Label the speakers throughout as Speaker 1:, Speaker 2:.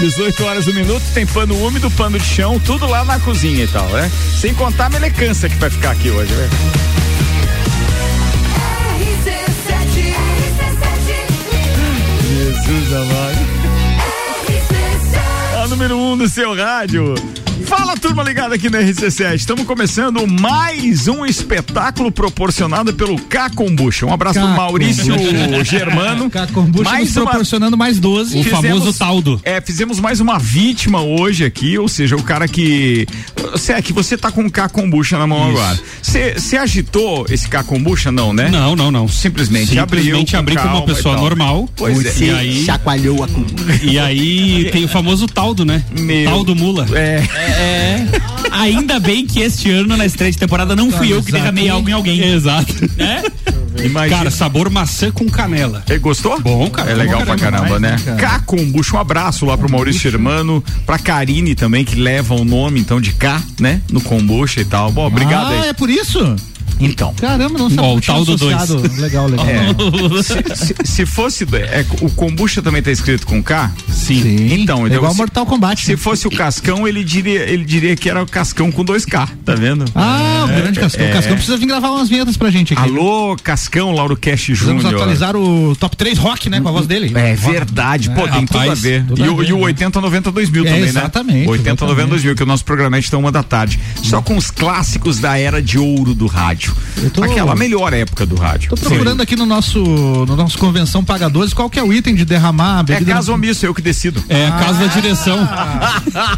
Speaker 1: 18 horas do um minuto, tem pano úmido, pano de chão, tudo lá na cozinha e tal, né? Sem contar a melecança que vai ficar aqui hoje, né? Jesus amado. A número 1 um do seu rádio. Fala turma ligada aqui na RC7. Estamos começando mais um espetáculo proporcionado pelo Cacombucha. Um abraço Cacombucha. pro
Speaker 2: né?
Speaker 1: Maurício Germano.
Speaker 2: Cacombucha mais uma... um proporcionando mais 12.
Speaker 1: O fizemos, famoso taldo. É, fizemos mais uma vítima hoje aqui, ou seja, o cara que. Se é que você tá com o Cacombucha na mão Isso. agora. Você agitou esse Cacombucha? Não, né?
Speaker 2: Não, não, não.
Speaker 1: Simplesmente,
Speaker 2: Simplesmente abriu. com, abri com uma pessoa normal.
Speaker 3: Pois é. E aí, chacoalhou a
Speaker 2: cumbucha. E aí tem o famoso taldo, né? Meu... Taldo mula.
Speaker 1: É.
Speaker 2: é. É. Ainda bem que este ano, na estreia de temporada, não fui Cara, eu que derramei algo em alguém.
Speaker 1: Exato.
Speaker 2: É? Imagina. Cara, sabor maçã com canela.
Speaker 1: E gostou?
Speaker 2: Bom, cara.
Speaker 1: É legal pra caramba, mais, né? né Cacombucha, um abraço lá pro Maurício Germano, pra Karine também, que leva o nome, então, de K, né? No kombucha e tal. Bom, obrigado
Speaker 2: ah,
Speaker 1: aí.
Speaker 2: é por isso?
Speaker 1: Então.
Speaker 2: Caramba, não sabia.
Speaker 1: Oh, o tal do dois.
Speaker 2: Legal, legal.
Speaker 1: É. se, se, se, fosse. É, o kombucha também tá escrito com K?
Speaker 2: Sim. Sim.
Speaker 1: Então, então.
Speaker 2: É igual se, Mortal Kombat.
Speaker 1: Se fosse o Cascão, ele diria, ele diria que era o Cascão com 2K, tá vendo?
Speaker 2: Ah, é, o grande Cascão. O Cascão precisa vir gravar umas vinhetas pra gente aqui.
Speaker 1: Alô, Cascão, Lauro Cash Júnior.
Speaker 2: Vamos atualizar o top 3 rock, né? Com a voz dele.
Speaker 1: É verdade. Pô, tem rapaz, tudo a ver. Tudo e, a ver, e o 80, 90, 2000 também,
Speaker 2: né? exatamente, né?
Speaker 1: É, Exatamente. 80, 90, 2000, que o nosso programa é de uma da tarde. Só com os clássicos da era de ouro do rádio. Tô... Aquela melhor época do rádio.
Speaker 2: Tô procurando Sim. aqui no nosso, no nosso convenção pagadores qual que é o item de derramar
Speaker 1: bebida. É caso omisso, eu que decido.
Speaker 2: É, ah. caso da direção.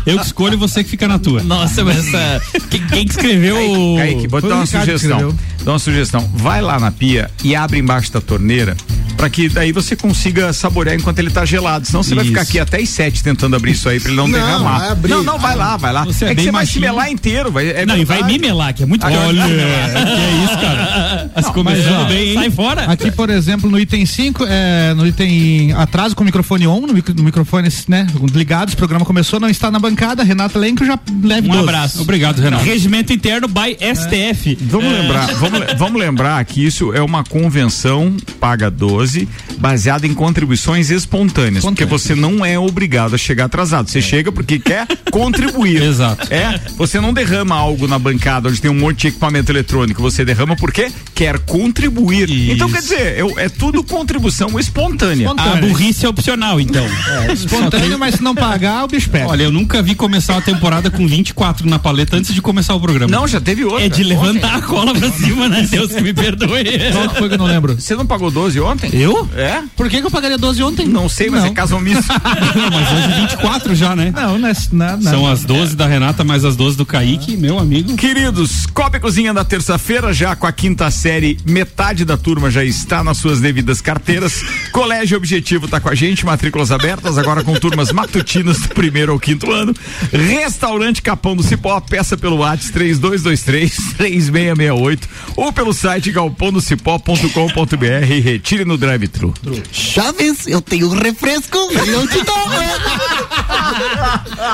Speaker 2: eu que escolho você que fica na tua.
Speaker 4: Nossa, mas essa, quem, quem escreveu... Kaique,
Speaker 1: Kaique vou dar uma sugestão. Dá uma sugestão. Vai lá na pia e abre embaixo da torneira para que daí você consiga saborear enquanto ele tá gelado. Senão você vai ficar aqui até as sete tentando abrir isso aí pra ele não, não derramar.
Speaker 2: Abrir,
Speaker 1: não, não, vai lá, vai lá.
Speaker 2: Você
Speaker 1: é,
Speaker 2: é
Speaker 1: que você vai
Speaker 2: machinho.
Speaker 1: se melar inteiro. Vai, é
Speaker 2: não, e vai me melar, que é muito
Speaker 1: Agora,
Speaker 2: Olha,
Speaker 1: que
Speaker 2: é isso, cara. Mas não, começando mas, ó, bem, hein?
Speaker 4: é, Sai fora.
Speaker 2: Aqui, por exemplo, no item 5, é, no item atraso com o microfone on, no, micro, no microfone né, ligado, o programa começou, não está na bancada. Renata Lenco já leve
Speaker 4: Um 12. abraço.
Speaker 2: Obrigado, Renata.
Speaker 4: Regimento interno by STF.
Speaker 1: É. Vamos lembrar, vamos, vamos lembrar que isso é uma convenção paga 12 baseada em contribuições espontâneas, porque você não é obrigado a chegar atrasado. Você é. chega porque quer contribuir.
Speaker 2: Exato.
Speaker 1: É, você não derrama algo na bancada onde tem um monte de equipamento eletrônico, você derrama porque quer contribuir. Isso. Então quer dizer, eu, é tudo contribuição espontânea. espontânea.
Speaker 4: A burrice é opcional, então.
Speaker 2: É, espontâneo, mas se não pagar, o bicho pega.
Speaker 4: Olha, eu nunca vi começar a temporada com 24 na paleta antes de começar o programa.
Speaker 1: Não, já teve outra.
Speaker 4: É de levantar ontem. a cola pra cima, né? Deus que me perdoe.
Speaker 2: Qual foi que eu não lembro?
Speaker 1: Você não pagou 12 ontem?
Speaker 2: Eu?
Speaker 1: É?
Speaker 2: Por que, que, eu pagaria 12 ontem?
Speaker 1: Não sei, mas não. é caso omisso.
Speaker 2: não, mas hoje é 24 já, né?
Speaker 4: Não, não é nada.
Speaker 2: São
Speaker 4: não,
Speaker 2: as 12 é. da Renata, mais as 12 do Kaique, ah. meu amigo.
Speaker 1: Queridos, Copa Cozinha da terça-feira, já com a quinta série, metade da turma já está nas suas devidas carteiras. Colégio Objetivo está com a gente, matrículas abertas, agora com turmas matutinas do primeiro ao quinto ano. Restaurante Capão do Cipó, peça pelo WhatsApp 3223 3668 ou pelo site galpondocipó.com.br e retire no drive-thru.
Speaker 3: Chaves, eu tenho um refresco e eu te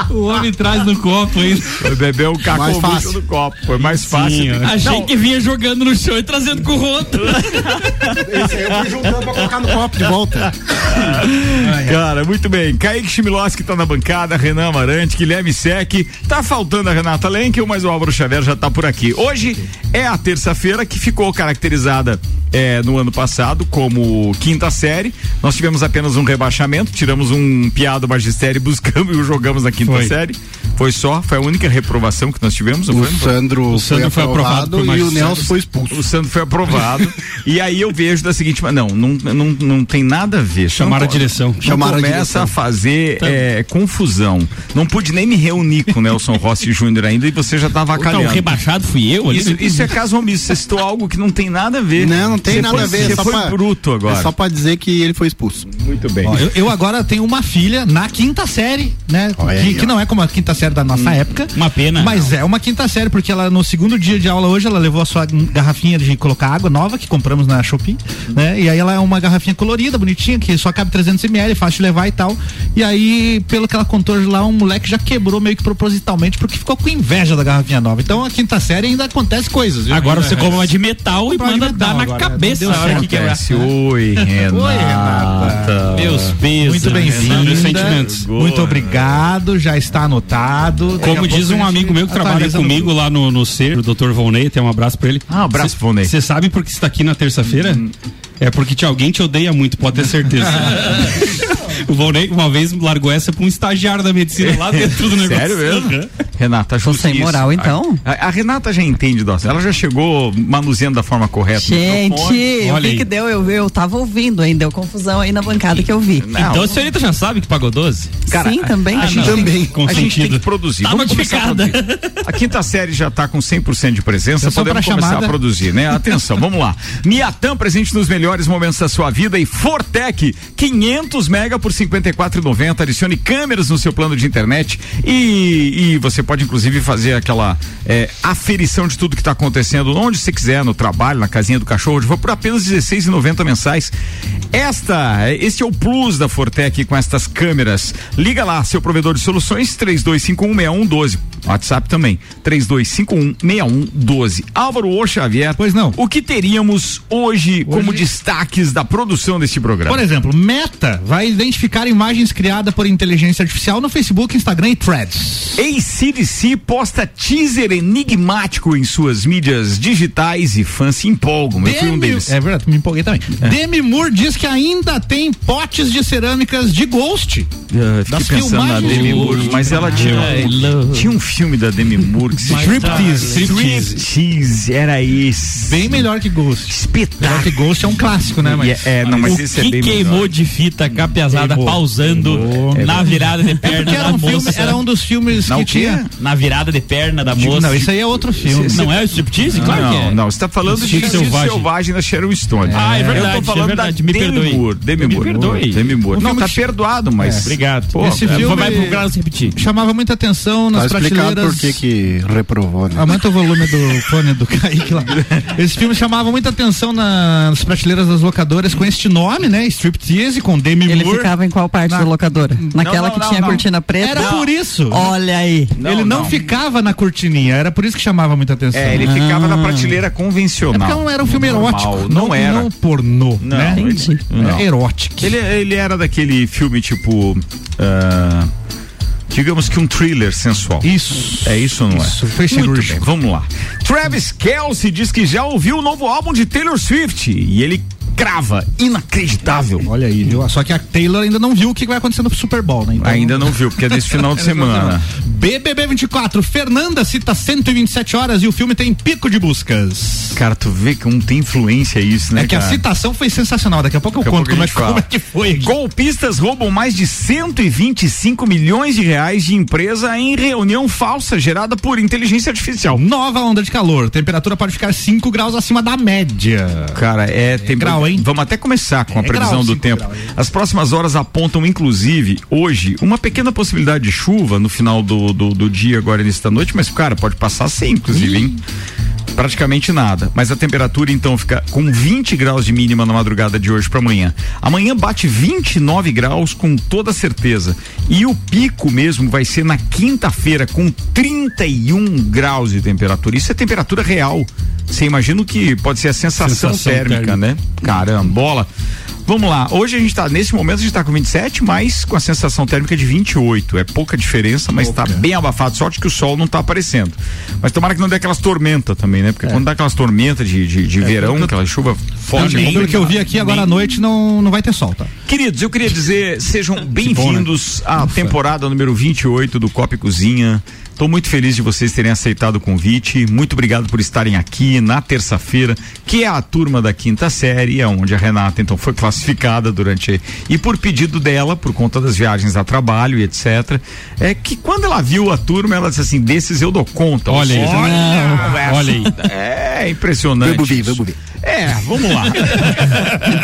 Speaker 3: dou.
Speaker 2: o homem traz no copo, hein?
Speaker 1: Foi beber o cacombucho no copo. Foi mais fácil. Sim,
Speaker 4: achei não. que vinha jogando no chão e trazendo com o roto.
Speaker 3: Esse aí eu fui juntando pra colocar no copo de volta.
Speaker 1: Cara, muito bem. Kaique Chimiloski tá na bancada, Renan Amarante, Guilherme Sec. Tá faltando a Renata Lenkel, mas o Álvaro Xavier já tá por aqui. Hoje é a terça-feira que ficou caracterizada é, no ano passado como quinta série. Nós tivemos apenas um rebaixamento, tiramos um piado magistério, buscamos e o jogamos na quinta foi. série. Foi só, foi a única reprovação que nós tivemos.
Speaker 3: O, Sandro, o Sandro foi, aprovado, foi aprovado e o Nelson foi expulso.
Speaker 1: O Sandro foi aprovado. e aí eu vejo da seguinte maneira: não, não, não, não tem nada a ver.
Speaker 2: Chamaram não, a direção.
Speaker 1: Chamaram começa a, direção. a fazer tá. é, confusão. Não pude nem me reunir com o Nelson Rossi Júnior ainda e você já estava
Speaker 5: Tá um
Speaker 1: acalhando. Então,
Speaker 4: rebaixado fui eu?
Speaker 1: Isso, isso é caso omisso. Você citou algo que não tem nada a ver.
Speaker 3: Não, não tem você nada
Speaker 1: foi,
Speaker 3: a ver.
Speaker 1: Você só foi pra, bruto agora. É
Speaker 3: só pra dizer que ele foi expulso.
Speaker 6: Tá
Speaker 1: Muito bem. Ó,
Speaker 2: eu, eu, agora tenho uma filha na quinta série, né? Olha que, aí, que não é como a quinta série série da nossa época.
Speaker 4: Hum, Uma pena.
Speaker 2: Mas é uma quinta série, porque ela no segundo dia de aula hoje, ela levou a sua garrafinha de colocar água nova, que compramos na Shopping, né? E aí ela é uma garrafinha colorida, bonitinha, que só cabe 300ml, fácil de levar e tal. E aí, pelo que ela contou lá, um moleque já quebrou meio que propositalmente, porque ficou com inveja da garrafinha nova. Então a quinta série ainda acontece coisas, viu?
Speaker 4: Agora você compra uma de metal e
Speaker 2: Compra É. uma
Speaker 4: manda
Speaker 2: de metal
Speaker 4: dar na
Speaker 2: agora, né?
Speaker 4: cabeça
Speaker 2: não deu
Speaker 4: na hora que quebrar.
Speaker 1: Acontece. Oi, Renata.
Speaker 4: Meus pesos.
Speaker 2: Muito bem-vinda.
Speaker 4: Meus sentimentos.
Speaker 1: Boa.
Speaker 2: Muito obrigado, já está anotado. Daqui a
Speaker 4: Como diz
Speaker 2: pouco
Speaker 4: um
Speaker 2: a gente
Speaker 4: amigo
Speaker 3: tá
Speaker 4: meu que trabalha
Speaker 2: atualiza no-
Speaker 4: comigo lá no, no CER, o Dr. Volney, tem um abraço pra ele.
Speaker 1: Ah, um abraço,
Speaker 4: Cê-
Speaker 1: Volney. Hum.
Speaker 4: Você sabe por que está aqui na terça-feira? É porque te, alguém te odeia muito, pode ter certeza. o Volney uma vez largou essa pra um estagiário da medicina lá dentro do negócio.
Speaker 1: Sério mesmo?
Speaker 4: Aham.
Speaker 1: Renata, acho
Speaker 7: sem
Speaker 1: justiça.
Speaker 7: moral, então?
Speaker 1: A, a Renata já entende do assunto. Ela já chegou manuseando da forma correta. o microfone.
Speaker 7: Gente, o
Speaker 4: Olha
Speaker 7: que
Speaker 4: aí.
Speaker 7: que deu? Eu, eu tava ouvindo ainda, deu confusão aí na bancada que eu vi.
Speaker 1: Não,
Speaker 5: Então a senhorita já sabe que pagou 12?
Speaker 1: cara,
Speaker 7: Sim, também.
Speaker 1: A gente,
Speaker 4: não.
Speaker 1: também. Ah, a gente tem
Speaker 4: Consentido.
Speaker 1: que produzir.
Speaker 5: Tá
Speaker 1: começar a
Speaker 5: modificada.
Speaker 1: produzir. A quinta série já está com 100% de presença,
Speaker 2: Atenção
Speaker 1: podemos
Speaker 2: pra
Speaker 1: começar
Speaker 2: chamada.
Speaker 1: a produzir, né? Atenção, vamos lá. Miatan presente nos melhores momentos da sua vida e Fortec, 500 mega por 54,90. Adicione câmeras no seu plano de internet e, e você pode inclusive fazer aquela eh, aferição de tudo que está acontecendo onde você quiser, no trabalho, na casinha do cachorro, vou por apenas 16,90 mensais. Esta, este é o plus da Fortec com estas câmeras. Liga lá, seu provedor de soluções, 32516112. WhatsApp também, 32516112. Álvaro O Xavier.
Speaker 2: Pois não.
Speaker 1: O que teríamos hoje, como destaques da produção deste programa?
Speaker 2: Por exemplo, Meta vai identificar imagens criadas por inteligência artificial no Facebook, Instagram e Threads.
Speaker 1: ACDC posta teaser enigmático em suas mídias digitais e fãs se empolgam. Eu fui um deles.
Speaker 2: É verdade, me empolguei também. Demi Moore diz que ainda tem potes de cerâmicas de Ghost.
Speaker 1: Eu
Speaker 2: Das
Speaker 1: Ah, fiquei pensando na
Speaker 2: filmagens
Speaker 1: Demi
Speaker 2: do-
Speaker 1: Moore, mas ela tinha um, tinha um filme da Demi Moore que se
Speaker 5: ah,
Speaker 2: Striptease.
Speaker 1: ah, Striptease. Striptease, era esse.
Speaker 2: Bem melhor que Ghost. Melhor que
Speaker 1: espetáculo.
Speaker 2: Ghost é um clássico, né? Mas...
Speaker 1: É, é, não, mas
Speaker 5: o
Speaker 1: esse é
Speaker 5: que
Speaker 1: bem
Speaker 5: queimou
Speaker 1: melhor. É
Speaker 5: de fita capeazada
Speaker 2: Queimou.
Speaker 5: pausando na virada de perna
Speaker 2: Porque era
Speaker 5: da
Speaker 2: um, filme,
Speaker 5: moça?
Speaker 2: era um dos filmes
Speaker 1: Não,
Speaker 2: que
Speaker 1: o quê?
Speaker 2: tinha.
Speaker 5: Na virada de perna da moça?
Speaker 2: Não, esse aí é outro filme.
Speaker 1: Tipo, Esse-
Speaker 5: Não é o striptease? Claro que
Speaker 1: Não,
Speaker 5: é.
Speaker 1: não, você tá falando de
Speaker 5: Chico
Speaker 1: Chico
Speaker 5: Selvagem.
Speaker 1: Selvagem da Sharon Stone.
Speaker 5: Ah, é verdade,
Speaker 1: Eu tô falando
Speaker 5: é verdade,
Speaker 1: da
Speaker 5: me
Speaker 1: Demi
Speaker 5: perdoe.
Speaker 1: Moore. Demi
Speaker 5: Me
Speaker 1: Moore.
Speaker 5: perdoe.
Speaker 1: Demi Moore.
Speaker 2: O
Speaker 1: Não,
Speaker 2: filme
Speaker 1: tá
Speaker 2: de-
Speaker 1: perdoado,
Speaker 5: É.
Speaker 1: mas...
Speaker 5: Obrigado.
Speaker 1: Pô,
Speaker 2: Esse
Speaker 1: cara,
Speaker 2: filme-
Speaker 5: Vai pro grau se repetir.
Speaker 2: Chamava muita atenção
Speaker 3: Tá
Speaker 2: nas
Speaker 3: explicado
Speaker 2: prateleiras.
Speaker 3: por que que reprovou, né?
Speaker 2: Aumenta o volume do fone do Kaique lá. Esse filme chamava muita atenção nas prateleiras das locadoras com este nome, né? Striptease com Demi
Speaker 7: Ele
Speaker 2: Moore.
Speaker 7: ficava em qual parte da locadora? Naquela
Speaker 1: não,
Speaker 7: que
Speaker 1: não,
Speaker 7: tinha
Speaker 1: não.
Speaker 7: cortina preta?
Speaker 2: Era por isso.
Speaker 7: Olha aí.
Speaker 2: ele não,
Speaker 1: não.
Speaker 2: ficava na cortininha, era por isso que chamava muita atenção.
Speaker 1: É, ele
Speaker 2: Ah.
Speaker 1: ficava na prateleira
Speaker 2: É
Speaker 1: convencional.
Speaker 2: porque não era um filme
Speaker 1: Normal,
Speaker 2: erótico.
Speaker 1: Não era.
Speaker 2: Não pornô,
Speaker 1: Não,
Speaker 2: né?
Speaker 1: ele-
Speaker 7: Entendi.
Speaker 1: não.
Speaker 2: É erótico.
Speaker 1: Ele, ele era daquele filme tipo. ah, digamos que um thriller sensual.
Speaker 2: Isso.
Speaker 1: É isso ou não
Speaker 2: Isso,
Speaker 1: é?
Speaker 2: foi
Speaker 1: Muito
Speaker 2: cirúrgico.
Speaker 1: bem, vamos lá. Travis Kelce diz que já ouviu o novo álbum de Taylor Swift e ele crava, inacreditável.
Speaker 2: Olha aí, viu? Só que a Taylor ainda não viu o que vai acontecer no Super Bowl, né? Então-
Speaker 1: Ainda não viu, porque é desse final de semana.
Speaker 2: BBB 24, Fernanda cita 127 horas e o filme tem pico de buscas.
Speaker 1: Cara, tu vê que não tem influência isso, né?
Speaker 2: É que a
Speaker 1: cara?
Speaker 2: citação foi sensacional. Daqui a pouco eu
Speaker 1: Daqui a
Speaker 2: conto
Speaker 1: pouco
Speaker 2: como
Speaker 1: a
Speaker 2: é,
Speaker 1: gente
Speaker 2: como
Speaker 1: fala.
Speaker 2: é que foi. aqui.
Speaker 1: Golpistas roubam mais de 125 milhões de reais de empresa em reunião falsa gerada por inteligência artificial.
Speaker 2: Nova onda de calor. Temperatura pode ficar 5 graus acima da média.
Speaker 1: Cara, é, tem
Speaker 2: grau, hein?
Speaker 1: Vamos até começar com a
Speaker 2: É
Speaker 1: previsão
Speaker 2: grau,
Speaker 1: do
Speaker 2: cinco
Speaker 1: tempo.
Speaker 2: grau, hein?
Speaker 1: As próximas horas apontam, inclusive, hoje, uma pequena possibilidade de chuva no final do, do, do dia, agora início da noite, mas, cara, pode passar sem, inclusive, hein? Praticamente nada. Mas a temperatura, então, fica com 20 graus de mínima na madrugada de hoje para amanhã. Amanhã bate 29 graus com toda certeza. E o pico mesmo vai ser na quinta-feira, com 31 graus de temperatura. Isso é temperatura real. Você imagina o que pode ser a sensação,
Speaker 4: Sensação
Speaker 1: térmica,
Speaker 4: térmica.
Speaker 1: né? Caramba, bola. Vamos lá, hoje a gente tá, nesse momento a gente tá com 27, mas com a sensação térmica de 28. É pouca diferença, mas tá bem abafado. Sorte que o sol não tá aparecendo. Mas tomara que não dê aquelas tormentas também, né? Porque
Speaker 2: É.
Speaker 1: quando dá aquelas tormentas de, de, de verão, aquela chuva forte. é
Speaker 2: Pelo que eu
Speaker 1: complicado.
Speaker 2: vi aqui, agora à noite não, não vai ter sol, tá?
Speaker 1: Queridos, eu queria dizer, sejam
Speaker 6: é né?
Speaker 1: bem-vindos à temporada número 28 do Copa e Cozinha. Estou muito feliz de vocês terem aceitado o convite. Muito obrigado por estarem aqui na terça-feira, que é a turma da quinta série, é onde a Renata então foi classificada durante e por pedido dela, por conta das viagens a trabalho e etc. É que quando ela viu a turma, ela disse assim: "Desses eu dou conta".
Speaker 4: Olha aí.
Speaker 1: Olha,
Speaker 4: Olha aí.
Speaker 1: é, É impressionante.
Speaker 6: Vamos ver,
Speaker 1: isso.
Speaker 6: vamos ver.
Speaker 1: É, vamos lá.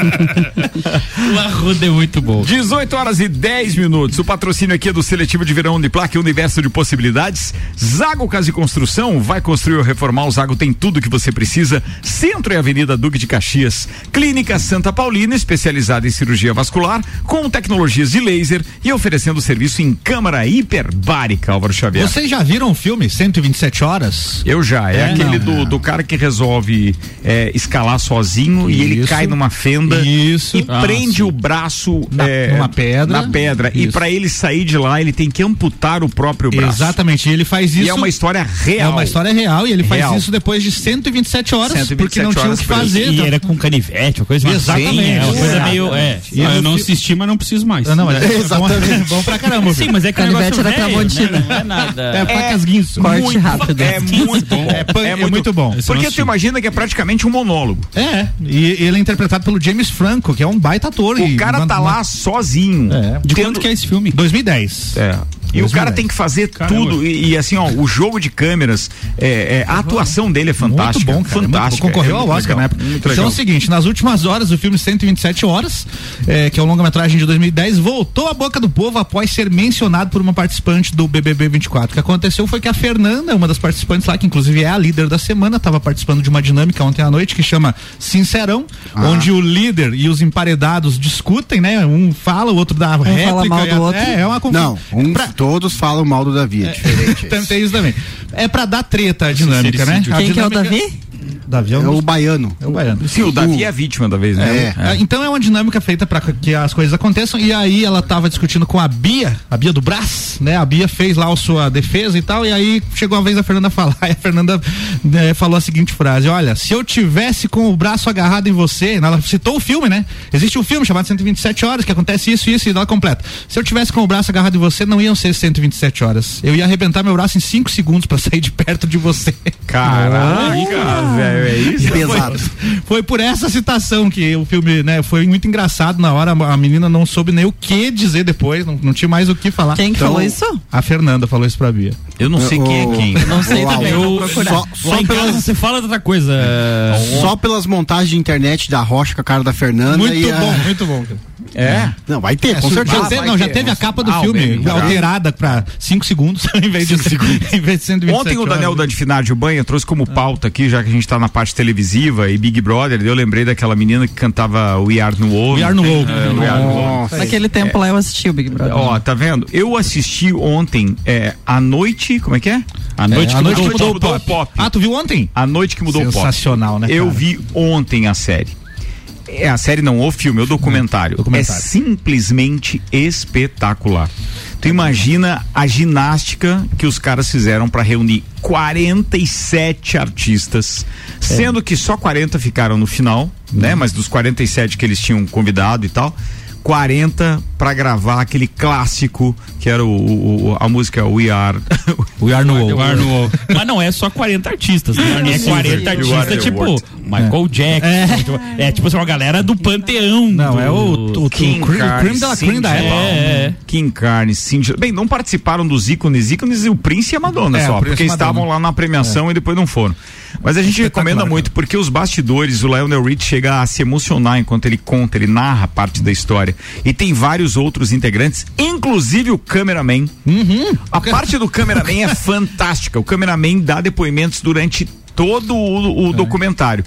Speaker 5: O Arruda é muito bom.
Speaker 1: 18 horas e 10 minutos. O patrocínio aqui é do Seletivo de Verão Uniplac, Universo de Possibilidades. Zago Casa de Construção vai construir ou reformar. O Zago tem tudo que você precisa. Centro e Avenida Duque de Caxias. Clínica Santa Paulina, especializada em cirurgia vascular, com tecnologias de laser e oferecendo serviço em câmara hiperbárica, Álvaro Xavier.
Speaker 2: Vocês já viram o filme 127 Horas?
Speaker 1: Eu já, é,
Speaker 2: É,
Speaker 1: aquele
Speaker 2: não,
Speaker 1: do, do cara que resolve é, escalar sozinho e ele
Speaker 2: Isso.
Speaker 1: cai numa fenda
Speaker 2: Isso.
Speaker 1: e
Speaker 2: Ah,
Speaker 1: prende
Speaker 2: sim.
Speaker 1: o braço é,
Speaker 2: Na- numa pedra.
Speaker 1: na pedra. E
Speaker 2: Isso.
Speaker 1: pra ele sair de lá, ele tem que amputar o próprio braço.
Speaker 2: Exatamente, e ele faz isso.
Speaker 1: E é uma história real.
Speaker 2: É uma história real e ele faz
Speaker 1: Real.
Speaker 2: isso depois de 127 horas,
Speaker 1: 127
Speaker 2: porque não tinha o
Speaker 1: horas
Speaker 2: que
Speaker 1: preso.
Speaker 2: fazer.
Speaker 5: E
Speaker 2: então-
Speaker 5: era com canivete, uma coisa
Speaker 2: Exatamente.
Speaker 5: assim, é uma coisa meio. É.
Speaker 2: E
Speaker 4: Ah, eu
Speaker 2: eu
Speaker 4: não
Speaker 2: fi-
Speaker 4: assisti, mas não preciso mais.
Speaker 2: Ah, não, mas é bom, bom pra caramba.
Speaker 5: Sim, mas é que
Speaker 7: Canivete
Speaker 5: é um negócio
Speaker 7: da
Speaker 5: velho,
Speaker 7: Tramontina.
Speaker 5: Né? Não é nada.
Speaker 2: É facas guinso.
Speaker 7: Corte
Speaker 1: muito,
Speaker 7: rápido.
Speaker 1: É muito bom.
Speaker 2: É pan- é muito bom.
Speaker 4: Esse eu não
Speaker 1: Porque tu
Speaker 4: assisti.
Speaker 1: imagina que é praticamente um monólogo.
Speaker 2: É, e ele é interpretado pelo James Franco, que é um baita ator.
Speaker 1: O
Speaker 2: e
Speaker 1: cara
Speaker 2: uma-
Speaker 1: tá lá sozinho.
Speaker 2: É.
Speaker 4: De
Speaker 1: Tendo-
Speaker 4: quando que é esse filme?
Speaker 2: uma- 2010.
Speaker 1: É. E o cara
Speaker 2: 2010.
Speaker 1: tem que fazer
Speaker 4: Caramba.
Speaker 1: tudo. E, e assim, ó, o jogo de câmeras, é, é, a atuação dele é fantástica.
Speaker 2: Muito bom, cara. Muito
Speaker 1: Fantástica.
Speaker 2: bom. Concorreu
Speaker 1: É
Speaker 2: ao
Speaker 1: muito legal,
Speaker 2: Oscar na época.
Speaker 1: muito
Speaker 2: Então é
Speaker 1: legal.
Speaker 2: o seguinte, nas últimas horas, o filme 127 Horas, eh, que é o longa-metragem de 2010, voltou à boca do povo após ser mencionado por uma participante do BBB 24. O que aconteceu foi que a Fernanda, uma das participantes lá, que inclusive é a líder da semana, estava participando de uma dinâmica ontem à noite que chama Sincerão,
Speaker 1: Ah.
Speaker 2: onde o líder e os emparedados discutem, né? Um fala, o outro dá um réplica.
Speaker 7: mal
Speaker 2: e
Speaker 7: do
Speaker 2: a-
Speaker 7: outro.
Speaker 2: É, é uma confusão.
Speaker 6: Não, um-
Speaker 2: Pra-
Speaker 6: todos falam mal do Davi, é diferente.
Speaker 2: tem, tem isso também. É pra dar treta a dinâmica, né? A
Speaker 7: Quem que é o
Speaker 2: dinâmica-
Speaker 7: Davi?
Speaker 2: Davi é
Speaker 6: É
Speaker 2: o,
Speaker 6: o baiano.
Speaker 2: é o baiano.
Speaker 1: Sim, um o Davi é a vítima da vez,
Speaker 6: É.
Speaker 1: né?
Speaker 2: Ah, Então é uma dinâmica feita pra que as coisas aconteçam. E aí ela tava discutindo com a Bia, a Bia do Brás, né? A Bia fez lá a sua defesa e tal. E aí chegou a vez da Fernanda falar. E a Fernanda né, falou a seguinte frase: Olha, se eu tivesse com o braço agarrado em você, ela citou o filme, né? Existe um filme chamado 127 Horas, que acontece isso, isso, e ela completa. Se eu tivesse com o braço agarrado em você, não iam ser 127 horas. Eu ia arrebentar meu braço em 5 segundos pra sair de perto de você.
Speaker 1: Caraca, velho, é isso?
Speaker 6: Pesado.
Speaker 2: Foi por essa citação que o filme, né, foi muito engraçado na hora, a menina não soube nem o que dizer depois, não, não tinha mais o que falar.
Speaker 7: Quem que falou isso?
Speaker 2: A Fernanda falou isso pra Bia.
Speaker 1: Eu não sei quem é quem.
Speaker 7: Não sei
Speaker 6: Ô,
Speaker 7: também,
Speaker 6: Álvaro,
Speaker 7: vou procurar.
Speaker 6: Só,
Speaker 5: Lá
Speaker 6: só
Speaker 5: em casa
Speaker 6: pelas,
Speaker 5: você fala de outra coisa.
Speaker 6: só pelas montagens de internet da Rocha com a cara da Fernanda.
Speaker 2: Muito
Speaker 6: e a-
Speaker 2: bom, muito bom.
Speaker 1: É?
Speaker 6: Não, vai ter, com
Speaker 2: já
Speaker 6: certeza.
Speaker 2: teve,
Speaker 6: vai
Speaker 2: não, já
Speaker 6: ter.
Speaker 2: teve a capa do
Speaker 1: Ah, o
Speaker 2: filme
Speaker 1: bem, já.
Speaker 2: alterada pra 5 segundos em vez de em vez de 127
Speaker 1: Ontem o
Speaker 2: horas.
Speaker 1: Daniel da Difinário Banha trouxe como pauta aqui, já que a gente tá na parte televisiva e Big Brother, eu lembrei daquela menina que cantava We Are No World.
Speaker 2: We Are No World.
Speaker 1: É, We Are No World.
Speaker 6: Nossa.
Speaker 7: Naquele tempo lá eu assisti o Big Brother.
Speaker 1: Ó, tá vendo? Eu assisti ontem é, A Noite, como é que é? A
Speaker 2: É, a noite que
Speaker 1: mudou,
Speaker 2: mudou o pop. Ah, tu viu ontem?
Speaker 1: A Noite que Mudou o Pop.
Speaker 2: Sensacional, né,
Speaker 1: Eu
Speaker 2: cara?
Speaker 1: vi ontem a série. É a série não, o filme, o documentário.
Speaker 2: documentário.
Speaker 1: É simplesmente espetacular. Tu imagina a ginástica que os caras fizeram pra reunir 47 artistas, sendo que só 40 ficaram no final, né? Mas dos 47 que eles tinham convidado e tal, 40 pra gravar aquele clássico que era o, o- o- a música We Are
Speaker 2: We Are No World.
Speaker 4: Arnold.
Speaker 5: Mas não é só 40 artistas, né? É
Speaker 1: Sim,
Speaker 5: 40
Speaker 1: sim.
Speaker 5: artistas, tipo Michael Jackson. tipo, É. tipo assim, uma galera do panteão.
Speaker 2: Não,
Speaker 5: do-
Speaker 2: é o, o, o
Speaker 1: Kim
Speaker 2: cream, cream da, cream da
Speaker 1: Carnes,
Speaker 2: época.
Speaker 1: Cindy
Speaker 5: É,
Speaker 1: Lauper, Kim Carnes, Cindy. Bem, não participaram dos ícones, ícones e o Prince e a Madonna
Speaker 2: É,
Speaker 1: só,
Speaker 2: o Prince
Speaker 1: porque
Speaker 2: e a Madonna.
Speaker 1: estavam lá na
Speaker 5: É.
Speaker 1: premiação e depois não foram. Mas a gente recomenda muito porque os bastidores, o Lionel Rich chega a se emocionar enquanto ele conta, ele narra parte da história. E tem vários outros integrantes, inclusive o cameraman.
Speaker 5: Uhum.
Speaker 1: A parte do cameraman é fantástica. O cameraman dá depoimentos durante todo o, o
Speaker 2: É.
Speaker 1: documentário.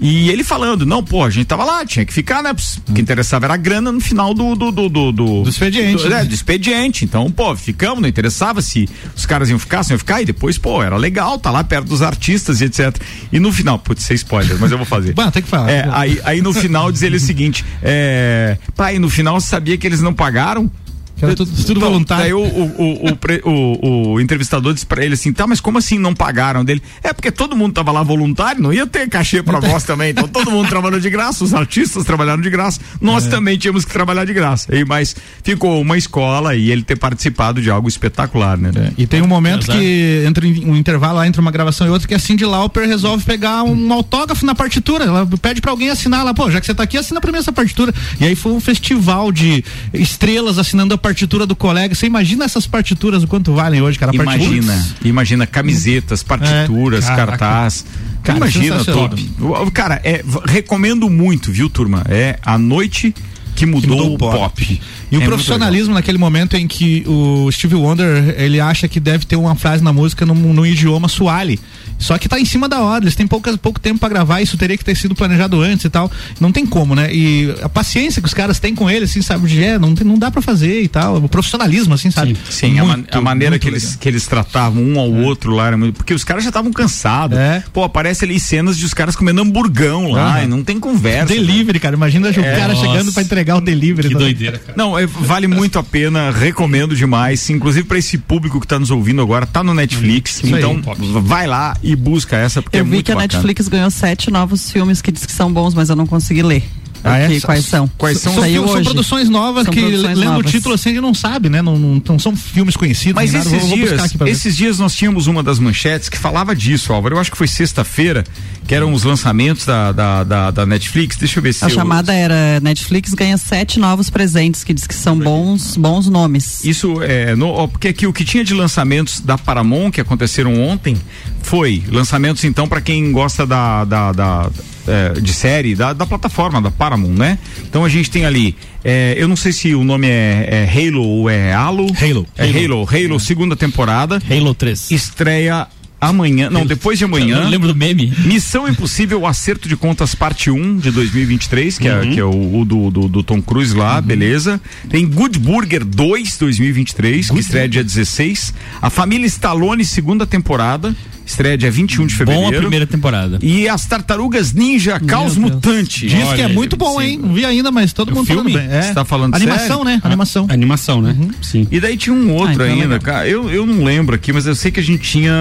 Speaker 1: E ele falando, não, pô, a gente tava lá, tinha que ficar, né? O que interessava era a grana no final do. Do, do, do, do-
Speaker 2: Hum. Do expediente,
Speaker 1: do-
Speaker 2: né?
Speaker 1: é, do expediente. Então, pô, ficamos, não interessava se os caras iam ficar, se não iam ficar. E depois, pô, era legal, tá lá perto dos artistas e etc. E no final, putz, sem spoilers, mas eu vou fazer.
Speaker 2: Bah, tem que falar.
Speaker 1: É, aí, aí no final diz ele o seguinte: é, pai, no final você sabia que eles não pagaram?
Speaker 2: Que era tudo- tudo
Speaker 1: Então,
Speaker 2: voluntário.
Speaker 1: Daí o, o, o, o pre- o- o entrevistador disse pra ele assim: tá, mas como assim não pagaram dele? É porque todo mundo tava lá voluntário, não ia ter cachê pra nós também. Então todo mundo trabalhou de graça, os artistas trabalharam de graça, nós também tínhamos que trabalhar de graça. E, mas ficou uma escola e ele ter participado de algo espetacular, né?
Speaker 2: E tem um momento
Speaker 5: Azar.
Speaker 2: que entra em- um intervalo lá entre uma gravação e outra que a Cindy Lauper resolve pegar um autógrafo na partitura. Ela pede pra alguém assinar lá, pô, já que você tá aqui, assina pra mim essa partitura. E aí foi um festival de estrelas assinando a partitura do colega. Você imagina essas partituras, o quanto valem hoje, cara? A
Speaker 1: É,
Speaker 2: partitura-
Speaker 1: Imagina, imagina camisetas, partituras,
Speaker 2: É, caraca.
Speaker 1: cartaz.
Speaker 2: Cara,
Speaker 1: Imagina,
Speaker 2: sensacional.
Speaker 1: top. O- o- Cara, é, v- recomendo muito, viu, turma? É a noite que mudou, o pop.
Speaker 2: E
Speaker 1: É
Speaker 2: o
Speaker 1: muito
Speaker 2: profissionalismo naquele momento em que o Steve Wonder ele acha que deve ter uma frase na música num, num idioma suali. Só que tá em cima da hora, eles têm poucas, pouco tempo pra gravar, isso teria que ter sido planejado antes e tal. Não tem como, né? E a paciência que os caras têm com ele, assim, sabe, de, é, não, tem- não dá pra fazer e tal. O profissionalismo, assim, sabe?
Speaker 1: Sim, é a, ma-
Speaker 2: Muito,
Speaker 1: a maneira
Speaker 2: muito
Speaker 1: que eles,
Speaker 2: legal.
Speaker 1: que eles tratavam um ao outro lá era muito. Porque os caras já estavam cansados.
Speaker 2: É.
Speaker 1: Pô, aparece ali cenas de os caras comendo hamburgão lá,
Speaker 2: Aham.
Speaker 1: e é não tem conversa. né? É,
Speaker 2: Delivery, cara. Imagina o cara
Speaker 4: nossa.
Speaker 2: chegando pra entregar o delivery.
Speaker 4: Que
Speaker 2: tá?
Speaker 4: doideira, cara.
Speaker 1: Não, é, vale muito a pena, recomendo demais, inclusive pra esse público que tá nos ouvindo agora, tá no Netflix,
Speaker 4: aí,
Speaker 1: então
Speaker 4: top.
Speaker 1: vai lá e busca essa porque é
Speaker 7: Eu vi
Speaker 1: muito
Speaker 7: que a
Speaker 1: bacana.
Speaker 7: Netflix ganhou sete novos filmes que diz que são bons, mas eu não consegui ler.
Speaker 2: Ah, é?
Speaker 7: Aqui, Quais são?
Speaker 1: Quais são?
Speaker 7: Saiu
Speaker 2: filmes-
Speaker 7: hoje.
Speaker 2: produções novas
Speaker 7: São
Speaker 2: que,
Speaker 7: produções
Speaker 2: lendo o
Speaker 7: novas.
Speaker 2: título assim, a gente não sabe, né? Não, não, não são filmes conhecidos.
Speaker 1: Mas
Speaker 2: nem nada. né? Vou-
Speaker 1: esses
Speaker 2: vou buscar
Speaker 1: dias,
Speaker 2: aqui pra ver.
Speaker 1: esses dias nós tínhamos uma das manchetes que falava disso, Álvaro. Eu acho que foi sexta-feira, que eram os lançamentos da, da, da, da Netflix. Deixa eu ver se.
Speaker 7: A
Speaker 1: eu-
Speaker 7: chamada era Netflix ganha sete novos presentes que diz que são bons, bons nomes.
Speaker 1: Isso é. no- ó, porque aqui o que tinha de lançamentos da Paramount que aconteceram ontem foi lançamentos, então, para quem gosta da. da, da, é, de série da, da plataforma da Paramount, né? Então a gente tem ali, é, eu não sei se o nome é, é Halo ou é Halo.
Speaker 5: Halo.
Speaker 1: É Halo, Halo, segunda temporada.
Speaker 5: Halo 3.
Speaker 1: Estreia amanhã, não, depois de amanhã.
Speaker 5: Eu lembro do meme?
Speaker 1: Missão Impossível, o Acerto de Contas, parte 1 de 2023, que,
Speaker 2: Uhum.
Speaker 1: é, que é o, o do, do- do Tom Cruise lá, beleza. Tem Good Burger 2 2023, que estreia dia 16. A Família Stallone, segunda temporada, estreia dia 21 de
Speaker 5: Bom a
Speaker 1: fevereiro.
Speaker 5: primeira temporada.
Speaker 1: E as Tartarugas Ninja, Caos
Speaker 7: Deus.
Speaker 1: Mutante.
Speaker 2: Diz que é
Speaker 4: Olha,
Speaker 2: muito bom,
Speaker 4: sim.
Speaker 2: hein? Não vi ainda, mas todo
Speaker 1: O
Speaker 2: mundo
Speaker 1: filme?
Speaker 2: falando bem. É.
Speaker 1: Você tá falando
Speaker 2: Animação,
Speaker 1: sério?
Speaker 2: né? Animação. Uhum.
Speaker 4: Animação, né? Sim.
Speaker 1: E daí tinha um outro
Speaker 7: Ah, então é
Speaker 1: ainda,
Speaker 7: legal.
Speaker 1: cara. Eu, eu não lembro aqui, mas eu sei que a gente tinha.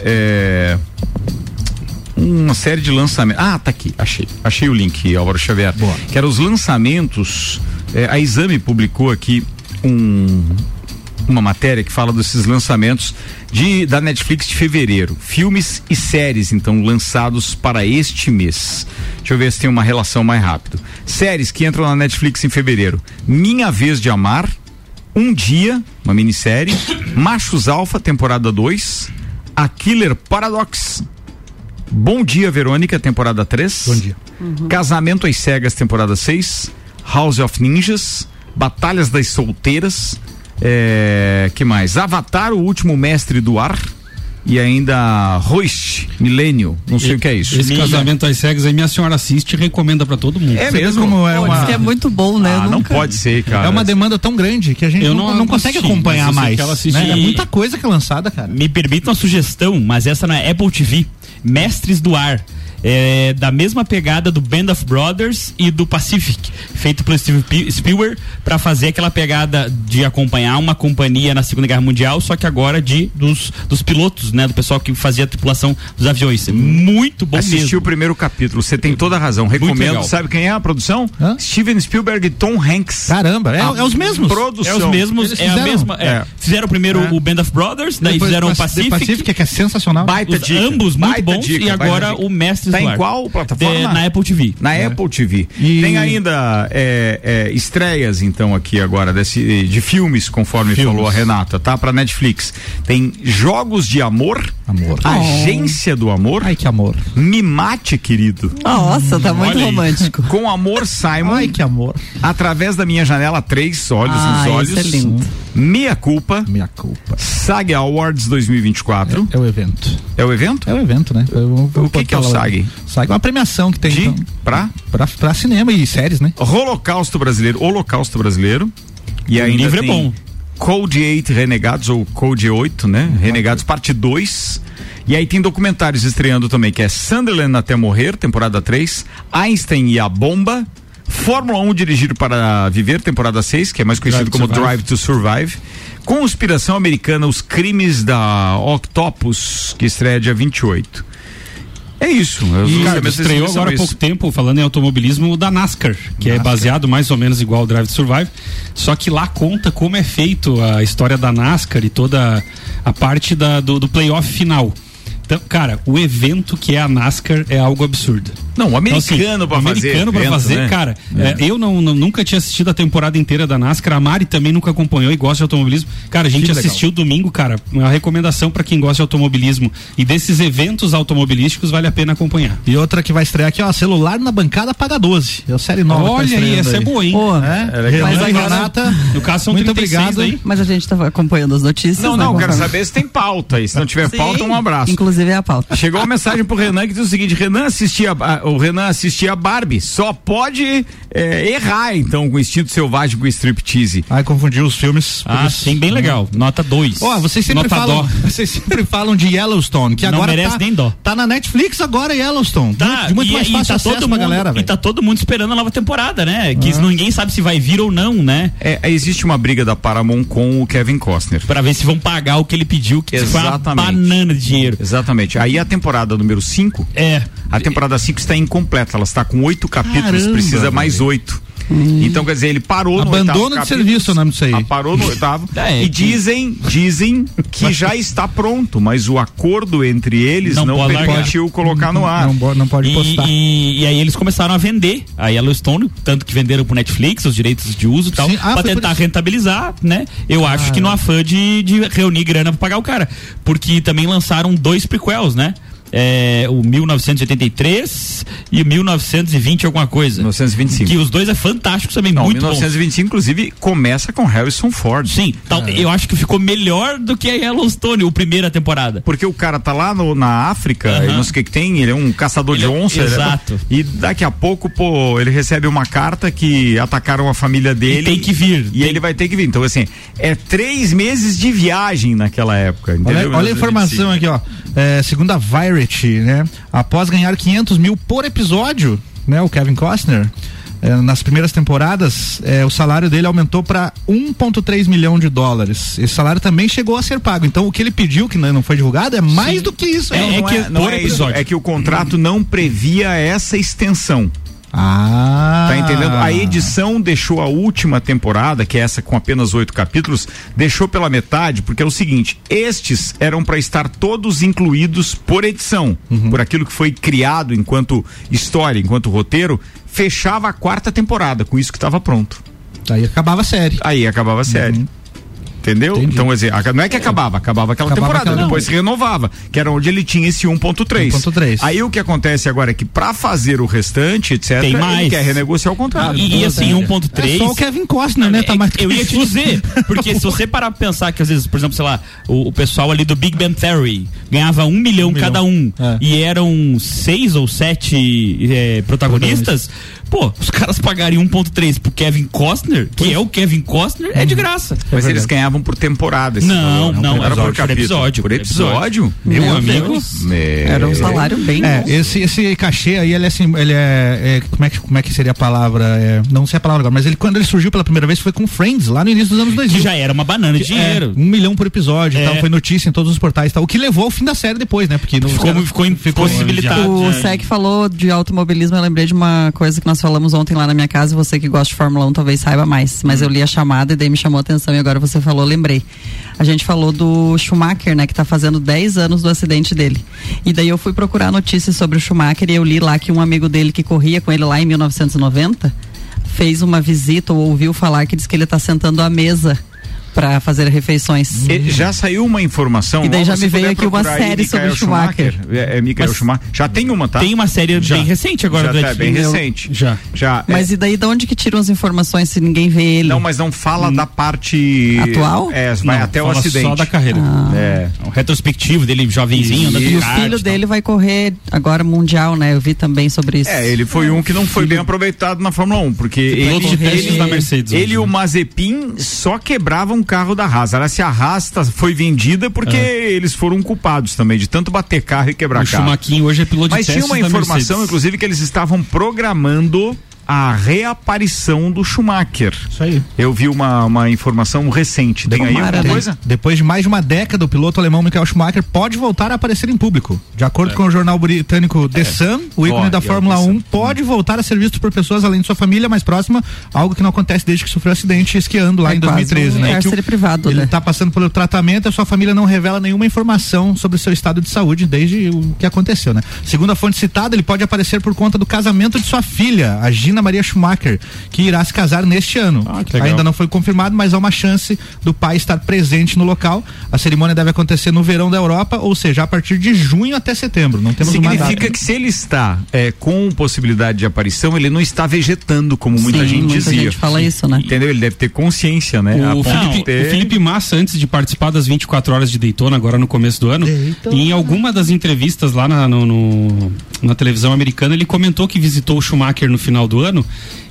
Speaker 1: é, uma série de lançamentos. Ah, tá aqui, achei. Achei o link, Álvaro Xavier. Que eram os lançamentos. é, a Exame publicou aqui um, uma matéria que fala desses lançamentos de, da Netflix de fevereiro. Filmes e séries, então, lançados para este mês. Deixa eu ver se tem uma relação mais rápido. Séries que entram na Netflix em fevereiro: Minha Vez de Amar, Um Dia, uma minissérie, Machos Alfa, temporada 2, A Killer Paradox, Bom Dia, Verônica, temporada 3. Bom dia. Casamento às Cegas, temporada 6. House of Ninjas. Batalhas das Solteiras. É, que mais? Avatar, o último mestre do ar. E ainda Roist, Milênio. Não sei o que é isso.
Speaker 4: Esse casamento às cegas aí, minha senhora assiste e recomenda pra todo mundo.
Speaker 1: É
Speaker 2: Você vê
Speaker 1: mesmo?
Speaker 2: como é
Speaker 7: Pô,
Speaker 2: uma-
Speaker 7: diz que é muito bom, né?
Speaker 1: Ah,
Speaker 7: Eu
Speaker 1: não
Speaker 7: nunca-
Speaker 1: pode ser, cara.
Speaker 2: É uma demanda tão grande que a gente
Speaker 4: Eu
Speaker 2: não,
Speaker 4: não
Speaker 2: não consegue
Speaker 4: assisti,
Speaker 2: acompanhar
Speaker 4: mas eu sei
Speaker 2: mais.
Speaker 4: que ela assiste.
Speaker 2: né? É muita coisa que é lançada, cara.
Speaker 5: Me permita uma sugestão, mas essa na Apple TV. Mestres do Ar. É, da mesma pegada do Band of Brothers e do Pacific, feito pelo Steve Pi- Spielberg para fazer aquela pegada de acompanhar uma companhia na Segunda Guerra Mundial, só que agora de dos, dos pilotos, né, do pessoal que fazia a tripulação dos aviões. Muito bom
Speaker 1: Assisti
Speaker 5: mesmo.
Speaker 1: o primeiro capítulo, você tem toda a razão. Recomendo.
Speaker 5: legal.
Speaker 1: Sabe quem é a produção?
Speaker 2: Hã?
Speaker 1: Steven Spielberg e Tom Hanks.
Speaker 2: Caramba, é, é os mesmos.
Speaker 1: Produção.
Speaker 5: É os mesmos,
Speaker 2: Eles
Speaker 5: é a
Speaker 2: fizeram?
Speaker 5: mesma. é.
Speaker 1: É.
Speaker 5: Fizeram primeiro o Band of Brothers, daí
Speaker 2: Depois
Speaker 5: fizeram o
Speaker 2: Pac- The
Speaker 5: Pacific.
Speaker 2: Pacific, que é sensacional.
Speaker 1: Baita
Speaker 5: Os
Speaker 1: dica.
Speaker 5: ambos muito
Speaker 1: baita
Speaker 5: bons
Speaker 1: dica,
Speaker 5: e
Speaker 1: baita
Speaker 5: agora
Speaker 1: dica.
Speaker 5: o Mestres
Speaker 1: Tá
Speaker 5: do
Speaker 1: em
Speaker 5: Ar.
Speaker 1: qual plataforma?
Speaker 5: De- na Apple Né? TV.
Speaker 1: Na Apple TV.
Speaker 2: Né? E-
Speaker 1: Tem ainda é, é, estreias, então, aqui agora, desse, de filmes, conforme falou a Renata, tá? Pra Netflix. Tem Jogos de Amor,
Speaker 7: Oh.
Speaker 2: Amor.
Speaker 1: Agência do Amor,
Speaker 2: Ai, que amor.
Speaker 1: Me Mate, querido,
Speaker 7: Nossa, tá muito
Speaker 4: Olha aí.
Speaker 7: romântico.
Speaker 1: Com Amor Simon,
Speaker 2: Ai, que amor.
Speaker 1: Através da Minha Janela 3, Olhos
Speaker 7: Ah,
Speaker 1: nos Olhos,
Speaker 7: esse é lindo.
Speaker 1: Meia Culpa,
Speaker 2: Minha culpa.
Speaker 1: SAG Awards 2024.
Speaker 2: É o evento.
Speaker 1: É, o evento?
Speaker 2: É o evento, né? Eu vou- vou
Speaker 1: O que que é o
Speaker 2: botar lá.
Speaker 1: SAG?
Speaker 2: SAG é uma premiação que tem
Speaker 1: De,
Speaker 2: então,
Speaker 1: pra...
Speaker 2: pra, pra cinema e séries, né?
Speaker 1: Holocausto Brasileiro, Holocausto Brasileiro. E
Speaker 5: O
Speaker 1: ainda
Speaker 5: livro é
Speaker 1: tem
Speaker 5: bom.
Speaker 1: Code 8 Renegados, ou Code 8, né?
Speaker 5: Uhum.
Speaker 1: Renegados, parte 2. E aí tem documentários estreando também, que é Sunderland Até Morrer, temporada 3, Einstein e a Bomba, Fórmula 1 Dirigir para Viver, temporada 6, que é mais conhecido
Speaker 4: Drive to
Speaker 1: como
Speaker 4: Survive.
Speaker 1: Drive to Survive. Conspiração Americana, Os Crimes da Octopus, que estreia dia 28. É isso. Os
Speaker 4: E, cara,
Speaker 1: lançamentos
Speaker 4: estreou
Speaker 1: são
Speaker 4: agora há
Speaker 1: esses.
Speaker 4: pouco tempo, falando em automobilismo, o da NASCAR, que é baseado mais ou menos igual ao Drive to Survive, só que lá conta como é feito a história da NASCAR e toda a parte da- do, do playoff final. Então, cara, o evento que é a NASCAR é algo absurdo.
Speaker 1: Não, o
Speaker 4: Então, assim,
Speaker 1: americano pra fazer.
Speaker 4: Americano pra
Speaker 1: evento,
Speaker 4: fazer,
Speaker 1: né?
Speaker 4: cara. é, eu não, não- nunca tinha assistido a temporada inteira da NASCAR. A Mari também nunca acompanhou e gosta de automobilismo. Cara, a gente
Speaker 1: legal.
Speaker 4: assistiu domingo, cara. Uma recomendação pra quem gosta de automobilismo. E desses eventos automobilísticos, vale a pena acompanhar.
Speaker 2: E outra que vai estrear aqui, ó, celular na bancada paga 12. É a série nova. que tá
Speaker 4: Olha aí,
Speaker 2: estreando
Speaker 4: essa é boa, hein?
Speaker 7: Ô,
Speaker 2: É,
Speaker 1: legal.
Speaker 2: Renan
Speaker 7: Mas
Speaker 2: e
Speaker 7: agora-
Speaker 2: Renata,
Speaker 4: Tá No caso, são
Speaker 2: muito
Speaker 4: 36
Speaker 2: obrigado.
Speaker 4: daí.
Speaker 7: Mas a gente tá acompanhando as notícias.
Speaker 1: Não,
Speaker 7: né,
Speaker 1: não, quero
Speaker 7: conforme-
Speaker 1: saber se tem pauta aí. Se não tiver
Speaker 7: Sim,
Speaker 1: pauta, um abraço.
Speaker 7: Inclusive é a pauta.
Speaker 1: Chegou uma mensagem pro Renan que diz o seguinte: Renan assistia, a- o Renan assistia a Barbie, só pode é, errar então com o instinto selvagem com o striptease.
Speaker 2: Ai, confundi os filmes.
Speaker 5: Ah,
Speaker 2: Por isso.
Speaker 5: sim, bem legal. Nota 2.
Speaker 2: Ó, vocês sempre
Speaker 5: Nota
Speaker 2: falam,
Speaker 5: dó.
Speaker 2: vocês sempre falam de Yellowstone, que
Speaker 5: Não
Speaker 2: agora
Speaker 5: merece
Speaker 2: tá,
Speaker 5: nem dó.
Speaker 2: tá na Netflix agora Yellowstone.
Speaker 5: Tá,
Speaker 2: muito, muito mais fácil acesso pra
Speaker 5: mundo,
Speaker 2: galera,
Speaker 5: E
Speaker 2: velho. É.
Speaker 5: tá todo mundo esperando a nova temporada, né? Que ninguém sabe se vai vir ou não, né?
Speaker 1: É, existe uma briga da Paramount com o Kevin Costner.
Speaker 5: Pra ver se vão pagar o que ele pediu, que foi uma
Speaker 1: Exatamente.
Speaker 5: banana de dinheiro.
Speaker 1: Exatamente. Aí a temporada número 5,
Speaker 5: É.
Speaker 1: a temporada 5 está incompleta. Ela está com oito capítulos,
Speaker 2: Caramba,
Speaker 1: precisa mais oito. Então, quer dizer, ele parou no
Speaker 2: Abandono
Speaker 1: oitavo
Speaker 2: de
Speaker 1: capítulo,
Speaker 2: serviço é o nome disso aí.
Speaker 1: ah, Parou no oitavo.
Speaker 5: né,
Speaker 1: e
Speaker 5: É, que-
Speaker 1: dizem, dizem que já está pronto, mas o acordo entre eles não,
Speaker 5: Não pode largar.
Speaker 1: permitiu colocar no ar.
Speaker 2: Não, bo- não pode
Speaker 5: E,
Speaker 2: postar.
Speaker 5: e- e aí eles começaram a vender a Yellowstone, tanto que venderam pro Netflix os direitos de uso e tal,
Speaker 2: Sim, ah,
Speaker 5: pra
Speaker 2: foi por
Speaker 5: tentar
Speaker 2: isso. Ah, é.
Speaker 5: rentabilizar, né? Eu acho que não há fã de, de reunir grana pra pagar o cara. Porque também lançaram dois prequels, né? É, o 1983 e 1920 alguma coisa.
Speaker 1: 1925.
Speaker 5: Que os dois é fantásticos também,
Speaker 1: Não,
Speaker 5: muito bons.
Speaker 1: 1925, inclusive, começa com Harrison Ford. É.
Speaker 5: Sim, tal- eu acho que ficou melhor do que a Yellowstone, o primeira temporada.
Speaker 1: Porque o cara tá lá no- na África,
Speaker 5: Aham.
Speaker 1: e não sei o que que tem, ele é um caçador
Speaker 5: Ele
Speaker 1: de
Speaker 5: é um-
Speaker 1: onça. ele é-
Speaker 5: exato.
Speaker 1: e daqui a pouco, pô, ele recebe uma carta que atacaram a família dele.
Speaker 5: E tem que vir,
Speaker 1: E
Speaker 5: tem-
Speaker 1: ele vai ter que vir. Então, assim, é três meses de viagem naquela época.
Speaker 2: Olha,
Speaker 1: Entendeu?
Speaker 2: olha a informação aqui, ó. É, segundo a Variety, né? Após ganhar 500 mil por episódio, né? O Kevin Costner. é, nas primeiras temporadas, é, o salário dele aumentou para 1,3 milhão de dólares. Esse salário também chegou a ser pago. Então, o que ele pediu, que não não foi divulgado, é mais do que isso.
Speaker 5: É,
Speaker 1: Não, não
Speaker 5: que
Speaker 1: não
Speaker 5: por
Speaker 1: isso.
Speaker 5: episódio.
Speaker 1: É que o contrato não previa essa extensão.
Speaker 2: Ah.
Speaker 1: Tá entendendo? A edição deixou a última temporada, que é essa com apenas oito capítulos, deixou pela metade, porque é o seguinte: estes eram para estar todos incluídos por edição,
Speaker 5: Uhum.
Speaker 1: por aquilo que foi criado enquanto história, enquanto roteiro, fechava a quarta temporada, com isso que estava pronto.
Speaker 2: Aí acabava a série. Uhum.
Speaker 1: Aí acabava a série. Entendeu?
Speaker 2: Entendi.
Speaker 1: Então, quer dizer, aca- não é que acabava, acabava aquela
Speaker 2: Acabava
Speaker 1: temporada,
Speaker 2: aquela-
Speaker 1: depois se renovava, que era onde ele tinha esse 1.3.
Speaker 2: 1.3.
Speaker 1: Aí o que acontece agora é que pra fazer o restante, etc,
Speaker 5: Tem
Speaker 1: ele
Speaker 5: mais.
Speaker 1: quer renegociar o contrato. Então,
Speaker 5: E, e assim, 1.3
Speaker 2: É só o Kevin Costner, né? Tá mais
Speaker 5: É, Eu ia te dizer, Tipo porque se você parar pra pensar que às vezes, por exemplo, sei lá, o, o pessoal ali do Big Bang Theory ganhava um milhão cada um
Speaker 2: É.
Speaker 5: e eram seis ou sete é, protagonistas, pô, os caras pagariam 1.3 pro Kevin Costner, que é o Kevin Costner, é de graça.
Speaker 1: Uhum. Mas eles ganhavam por temporada. esse
Speaker 5: Não,
Speaker 1: valor, né?
Speaker 5: não,
Speaker 1: era por,
Speaker 5: episódio, por
Speaker 1: capítulo.
Speaker 5: episódio,
Speaker 1: Por
Speaker 5: por
Speaker 1: episódio?
Speaker 5: Meu,
Speaker 7: Meu
Speaker 5: amigo.
Speaker 7: Deus.
Speaker 1: Meu.
Speaker 7: Era um salário bem
Speaker 2: É,
Speaker 7: bom.
Speaker 2: esse, esse cachê aí, ele é assim, ele é, é, como, é que, como é que seria a palavra? É, não sei a palavra agora, mas ele, quando ele surgiu pela primeira vez foi com Friends, lá no início dos anos 2000.
Speaker 5: Que já era uma banana de dinheiro.
Speaker 2: É, um milhão por episódio e
Speaker 5: É.
Speaker 2: tal, foi notícia em todos os portais e tal, o que levou ao fim da série depois, né? Porque não, os
Speaker 5: Ficou,
Speaker 2: caras-
Speaker 5: ficou impossibilitado.
Speaker 7: O
Speaker 5: né?
Speaker 7: SEC falou de automobilismo, eu lembrei de uma coisa que nós falamos ontem lá na minha casa, você que gosta de Fórmula 1 talvez saiba mais, mas eu li a chamada e daí me chamou a atenção e agora você falou, lembrei. A gente falou do Schumacher, né, que tá fazendo 10 anos do acidente dele. E daí eu fui procurar notícias sobre o Schumacher e eu li lá que um amigo dele que corria com ele lá em 1990 fez uma visita ou ouviu falar que diz que ele tá sentando à mesa para fazer refeições.
Speaker 1: E Já saiu uma informação.
Speaker 7: E daí
Speaker 1: ó,
Speaker 7: já
Speaker 1: você
Speaker 7: me veio
Speaker 1: puder
Speaker 7: aqui uma
Speaker 1: procurar aí,
Speaker 7: série sobre
Speaker 1: Michael
Speaker 7: Schumacher.
Speaker 1: É, é Michael
Speaker 5: Mas-
Speaker 1: Schumacher. Já tem uma, tá?
Speaker 5: Tem uma série
Speaker 1: Já.
Speaker 5: bem recente agora
Speaker 1: já
Speaker 5: do
Speaker 1: tá, é bem
Speaker 5: Netflix.
Speaker 1: recente.
Speaker 4: Já.
Speaker 1: Já. é,
Speaker 7: Mas e daí de onde que tiram as informações se ninguém vê ele? Hum.
Speaker 1: não, mas não fala da parte.
Speaker 7: Atual?
Speaker 1: É, vai
Speaker 4: Não,
Speaker 1: até o
Speaker 4: fala
Speaker 1: acidente.
Speaker 4: Só da carreira.
Speaker 1: É.
Speaker 5: É um retrospectivo dele jovenzinho, andando
Speaker 7: E
Speaker 5: de
Speaker 7: o
Speaker 5: kart
Speaker 7: filho
Speaker 5: e tal.
Speaker 7: dele vai correr agora mundial, né? Eu vi também sobre isso.
Speaker 1: É, ele foi um que não foi bem aproveitado na Fórmula 1, porque ele,
Speaker 4: Piloto de testes
Speaker 1: ele-
Speaker 4: da Mercedes.
Speaker 1: ele e
Speaker 4: hoje,
Speaker 1: o Mazepin só quebravam um carro da Haas. Aliás, se a Haas tá- foi vendida porque eles foram culpados também de tanto bater carro e
Speaker 4: né?
Speaker 1: quebrar
Speaker 4: O
Speaker 1: carro.
Speaker 4: Schumacher hoje é piloto
Speaker 1: Mas
Speaker 4: de
Speaker 1: tinha
Speaker 4: testes
Speaker 1: uma
Speaker 4: da
Speaker 1: informação,
Speaker 4: Mercedes.
Speaker 1: inclusive, que eles estavam programando a reaparição do Schumacher.
Speaker 2: Isso aí.
Speaker 1: Eu vi uma, uma informação recente. Tem aí
Speaker 7: Tomara,
Speaker 1: alguma
Speaker 7: né?
Speaker 1: coisa?
Speaker 2: Depois de mais de uma década, o piloto alemão Michael Schumacher pode voltar a aparecer em público. De acordo com o jornal britânico The Sun, o ícone
Speaker 1: Pode,
Speaker 2: da Fórmula
Speaker 1: olha,
Speaker 2: 1 pode voltar a ser visto por pessoas além de sua família mais próxima, algo que não acontece desde que sofreu um acidente esquiando lá
Speaker 7: É
Speaker 2: em
Speaker 7: quase
Speaker 2: 2013,
Speaker 7: um
Speaker 2: né?
Speaker 7: cárcere
Speaker 2: Que o-
Speaker 7: privado,
Speaker 2: ele
Speaker 7: né?
Speaker 2: tá passando pelo tratamento, a sua família não revela nenhuma informação sobre seu estado de saúde desde o que aconteceu, né? Segundo a fonte citada, ele pode aparecer por conta do casamento de sua filha, a Gina Maria Schumacher, que irá se casar neste ano.
Speaker 4: Ah, que legal.
Speaker 2: Ainda não foi confirmado, mas há uma chance do pai estar presente no local. A cerimônia deve acontecer no verão da Europa, ou seja, a partir de junho até setembro. Não temos uma data.
Speaker 1: Significa que se ele está é, com possibilidade de aparição, ele não está vegetando, como muita
Speaker 7: Sim,
Speaker 1: gente
Speaker 7: muita
Speaker 1: dizia.
Speaker 7: gente fala isso, né?
Speaker 1: Entendeu? Ele deve ter consciência, né? A
Speaker 4: O
Speaker 1: ponto
Speaker 4: Felipe,
Speaker 1: de ter-
Speaker 4: o Felipe Massa, antes de participar das 24 horas de Daytona, agora no começo do ano, em alguma das entrevistas lá na, no- no- na televisão americana, ele comentou que visitou o Schumacher no final do ano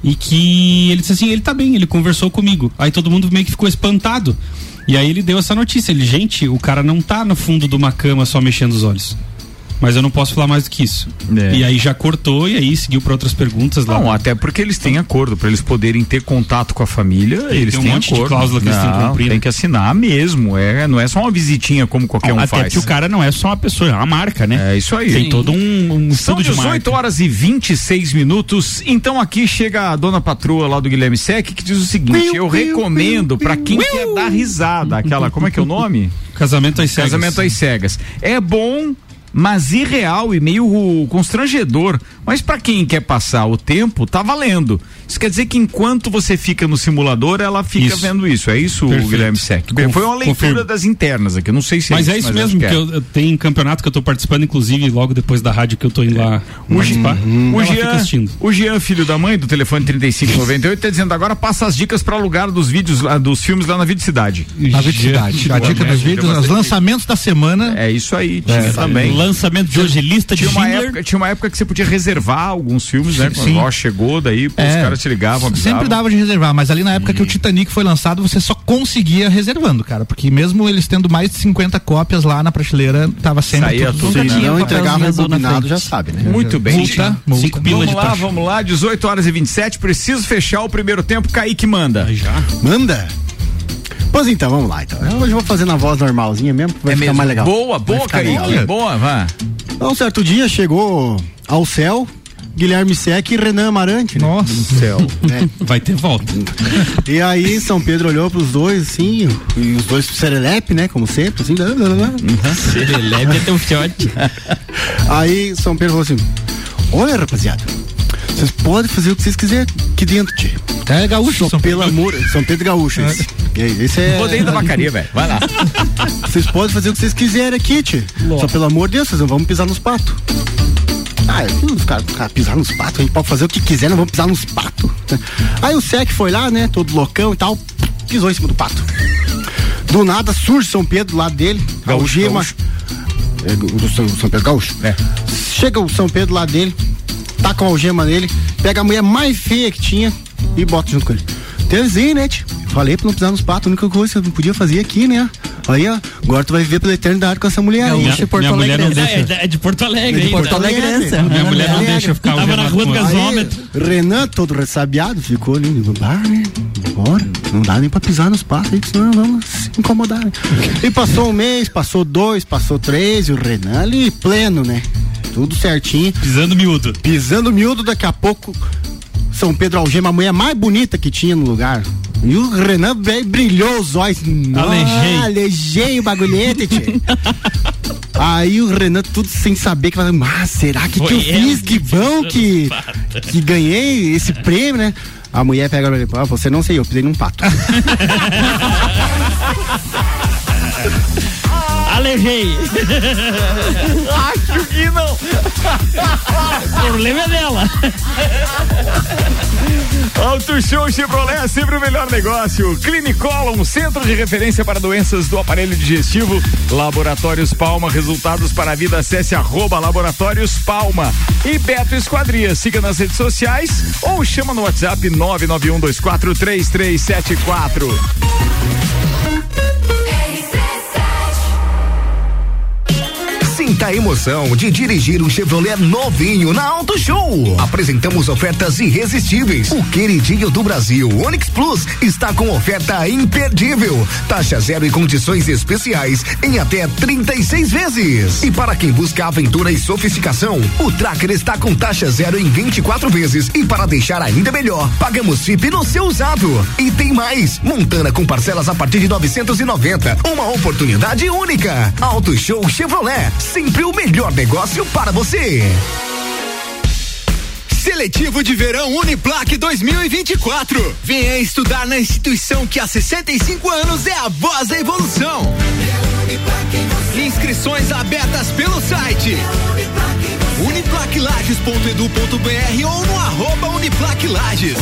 Speaker 4: e que ele disse assim: ele tá bem, ele conversou comigo. Aí todo mundo meio que ficou espantado. E aí ele deu essa notícia: ele, gente, o cara não tá no fundo de uma cama só mexendo os olhos. Mas eu não posso falar mais do que isso.
Speaker 1: É.
Speaker 4: E aí já cortou e aí seguiu para outras perguntas lá.
Speaker 1: Não, até porque eles têm acordo, para eles poderem ter contato com a família, Ah, eles
Speaker 4: tem um
Speaker 1: têm
Speaker 4: monte de
Speaker 1: acordo.
Speaker 4: cláusula que eles têm que
Speaker 1: Não,
Speaker 4: cumprir,
Speaker 1: Tem
Speaker 4: né?
Speaker 1: que assinar mesmo, é, não é só uma visitinha como qualquer um
Speaker 5: Até
Speaker 1: faz.
Speaker 5: porque o cara não é só uma pessoa, é uma marca, né?
Speaker 1: É isso aí.
Speaker 5: Tem todo um, um
Speaker 1: São
Speaker 5: estudo de
Speaker 1: 18
Speaker 5: marca.
Speaker 1: horas e 26 minutos. Então aqui chega a dona patroa lá do Guilherme Sec que diz o seguinte: eu recomendo para quem quer dar risada, aquela, como é que é o nome?
Speaker 4: Casamento às cegas.
Speaker 1: Casamento às cegas. É bom, mas irreal e meio constrangedor. Mas pra quem quer passar o tempo, tá valendo. Isso quer dizer que enquanto você fica no simulador, ela fica
Speaker 4: Isso.
Speaker 1: vendo isso. É isso,
Speaker 4: Perfeito.
Speaker 1: Guilherme Sec?
Speaker 4: Conf-
Speaker 1: Foi uma leitura
Speaker 4: confirmo.
Speaker 1: das internas aqui. eu Não sei se
Speaker 4: Mas é isso
Speaker 1: acho
Speaker 4: mesmo,
Speaker 1: que
Speaker 4: que,
Speaker 1: é.
Speaker 4: eu, eu- tem um campeonato que eu tô participando, inclusive, logo depois da rádio que eu tô indo lá
Speaker 1: O, Gi- o,
Speaker 4: participar. Ela fica
Speaker 1: Uhum. Jean,
Speaker 4: assistindo.
Speaker 1: o Jean, filho da mãe, do telefone 3598, tá dizendo agora passa as dicas pra lugar dos vídeos, lá- dos filmes lá na Vida Cidade.
Speaker 2: A cidade. A dica dos vídeos, os lançamentos da semana.
Speaker 1: É isso aí, tinha também.
Speaker 5: Lançamento de hoje, lista de
Speaker 1: Tinha uma,
Speaker 5: Schindler.
Speaker 1: época, tinha uma época que você podia reservar alguns filmes, né? Quando
Speaker 2: Sim.
Speaker 1: ó, chegou, daí pô, os
Speaker 2: É.
Speaker 1: caras te ligavam, avisavam. Hum.
Speaker 2: Sempre dava de reservar, mas ali na época que o Titanic foi lançado, você só conseguia reservando, cara. Porque mesmo eles tendo mais de 50 cópias lá na prateleira, tava sempre
Speaker 1: Saía
Speaker 2: tudo.
Speaker 1: tudo,
Speaker 7: Nunca
Speaker 1: né?
Speaker 7: tinha
Speaker 6: Não
Speaker 7: papelzinho
Speaker 6: entregava
Speaker 7: azul na
Speaker 6: rebobinado,
Speaker 7: frente.
Speaker 6: já sabe, né?
Speaker 1: Muito bem.
Speaker 2: Multa, multa.
Speaker 5: Cinco pila
Speaker 1: Vamos
Speaker 5: de
Speaker 1: lá,
Speaker 5: taxa.
Speaker 1: vamos lá, 18 horas e 27, preciso fechar o primeiro tempo, Kaique manda.
Speaker 6: Manda! Pois então, vamos lá. Então. Eu Hoje eu vou fazer na voz normalzinha É mesmo, que vai ficar mais legal.
Speaker 1: É Boa,
Speaker 6: Vai
Speaker 1: boa,
Speaker 6: ficar legal,
Speaker 1: Kaique,
Speaker 6: né?
Speaker 1: boa, vá.
Speaker 6: Então, certo dia chegou ao céu Guilherme Sec e Renan Amarante. né?
Speaker 2: Nossa.
Speaker 4: Vai ter volta.
Speaker 6: E aí São Pedro olhou pros dois, assim, e os dois serelepe, né? Como sempre, assim. blá, blá, blá, blá.
Speaker 1: Uhum.
Speaker 5: Leve
Speaker 1: é
Speaker 5: até o fiote.
Speaker 6: Aí São Pedro falou assim: Olha, rapaziada, vocês podem fazer o que vocês quiserem aqui dentro, tchê.
Speaker 1: Tá
Speaker 2: Até é gaúcho, São
Speaker 6: Pelo amor, São Pedro Gaúcho, esse. E aí, Esse é.
Speaker 1: Rodeio Ah. da vacaria, velho. Vai lá.
Speaker 6: Vocês podem fazer o que vocês quiserem aqui, tio. Só pelo amor de Deus, vocês não vão pisar nos patos. Ah, os caras os caras pisar nos patos, a gente pode fazer o que quiser, não vamos pisar nos patos. né? Aí o Sec foi lá, né, todo loucão e tal, pisou em cima do pato. Do nada surge São Pedro lá dele,
Speaker 1: Gaúcho,
Speaker 6: algema.
Speaker 1: gaúcho.
Speaker 6: É, o São, São Pedro Gaúcho?
Speaker 1: É.
Speaker 6: Chega o São Pedro lá dele, taca uma algema nele, pega a mulher mais feia que tinha e bota junto com ele. Terzinho, né, tio? Falei pra não pisar nos patos, a única coisa que eu não podia fazer aqui, né? Aí, ó, agora tu vai viver pela eternidade com essa mulher aí.
Speaker 7: Gaúcho
Speaker 4: minha-
Speaker 7: e Porto
Speaker 4: minha mulher não
Speaker 7: Alegre.
Speaker 4: deixa.
Speaker 5: É, é de Porto Alegre.
Speaker 6: De
Speaker 5: hein?
Speaker 6: Porto Alegre.
Speaker 7: Alegrense.
Speaker 4: Minha mulher não
Speaker 6: Alegre.
Speaker 4: deixa eu ficar
Speaker 5: Tava na
Speaker 4: algemado
Speaker 5: rua
Speaker 4: com
Speaker 5: do
Speaker 4: ela.
Speaker 5: Gasol.
Speaker 6: Aí,
Speaker 5: Gasômetro.
Speaker 6: Renan, todo ressabiado, ficou ali no bar, né? Bora. Não dá nem pra pisar nos passos aí, que senão vamos se incomodar. né? E passou um mês, passou dois, passou três, e o Renan ali pleno, né? Tudo certinho.
Speaker 4: Pisando miúdo.
Speaker 6: Pisando miúdo, daqui a pouco, São Pedro Algema, a mulher mais bonita que tinha no lugar. E o Renan bem, brilhou os olhos. Nó,
Speaker 4: Alejei.
Speaker 6: Alejei o bagulhete, tio. Aí o Renan, tudo sem saber, que fala, mas será que, que eu
Speaker 5: Foi ela
Speaker 6: fiz? Que bom que, que ganhei esse prêmio, né? A mulher pega e fala, ah, você não sei, eu pisei num pato.
Speaker 5: Alejei. Acho que não. O problema é dela.
Speaker 1: Auto Show Chevrolet é sempre o melhor negócio. Clinicola, um centro de referência para doenças do aparelho digestivo. Laboratórios Palma, resultados para a vida. Acesse arroba Laboratórios Palma. E Beto Esquadria, siga nas redes sociais ou chama no WhatsApp 991243374.
Speaker 8: RC7.
Speaker 9: Sinta a emoção.
Speaker 8: emoção de dirigir um Chevrolet novinho na Auto Show. Apresentamos ofertas irresistíveis. O queridinho do Brasil, Onix Plus, está com oferta imperdível. Taxa zero e condições especiais em até 36 vezes. E para quem busca aventura e sofisticação, o Tracker está com taxa zero em 24 vezes. E para deixar ainda melhor, pagamos FIP no seu usado. E tem mais, Montana com parcelas a partir de 990. Uma oportunidade única. Auto Show Chevrolet, sempre o melhor negócio para você.
Speaker 9: Seletivo de Verão Uniplac 2024. Venha estudar na instituição que há 65 anos é a voz da evolução. Inscrições abertas pelo site uniplaclages.edu.br ou no arroba Uniplac Lages.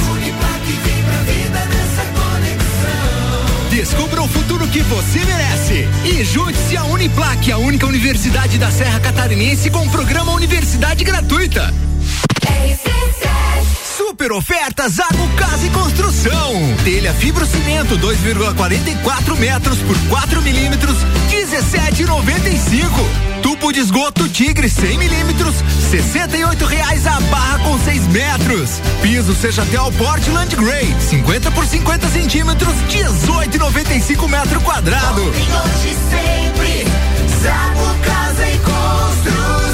Speaker 9: Descubra o futuro que você merece e junte-se à Uniplac, a única universidade da Serra Catarinense com programa Universidade Gratuita. Super ofertas Água Casa e Construção. Telha fibrocimento 2,44 metros por 4 milímetros, 17,95. Tubo de esgoto Tigre 100 milímetros, 68 reais a barra com 6 metros. Piso seja até o Portland Grey, 50 por 50 centímetros, 18,95 metro quadrado.
Speaker 10: Ontem, hoje, sempre, Zago Casa e Construção.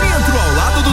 Speaker 9: Centro ao lado do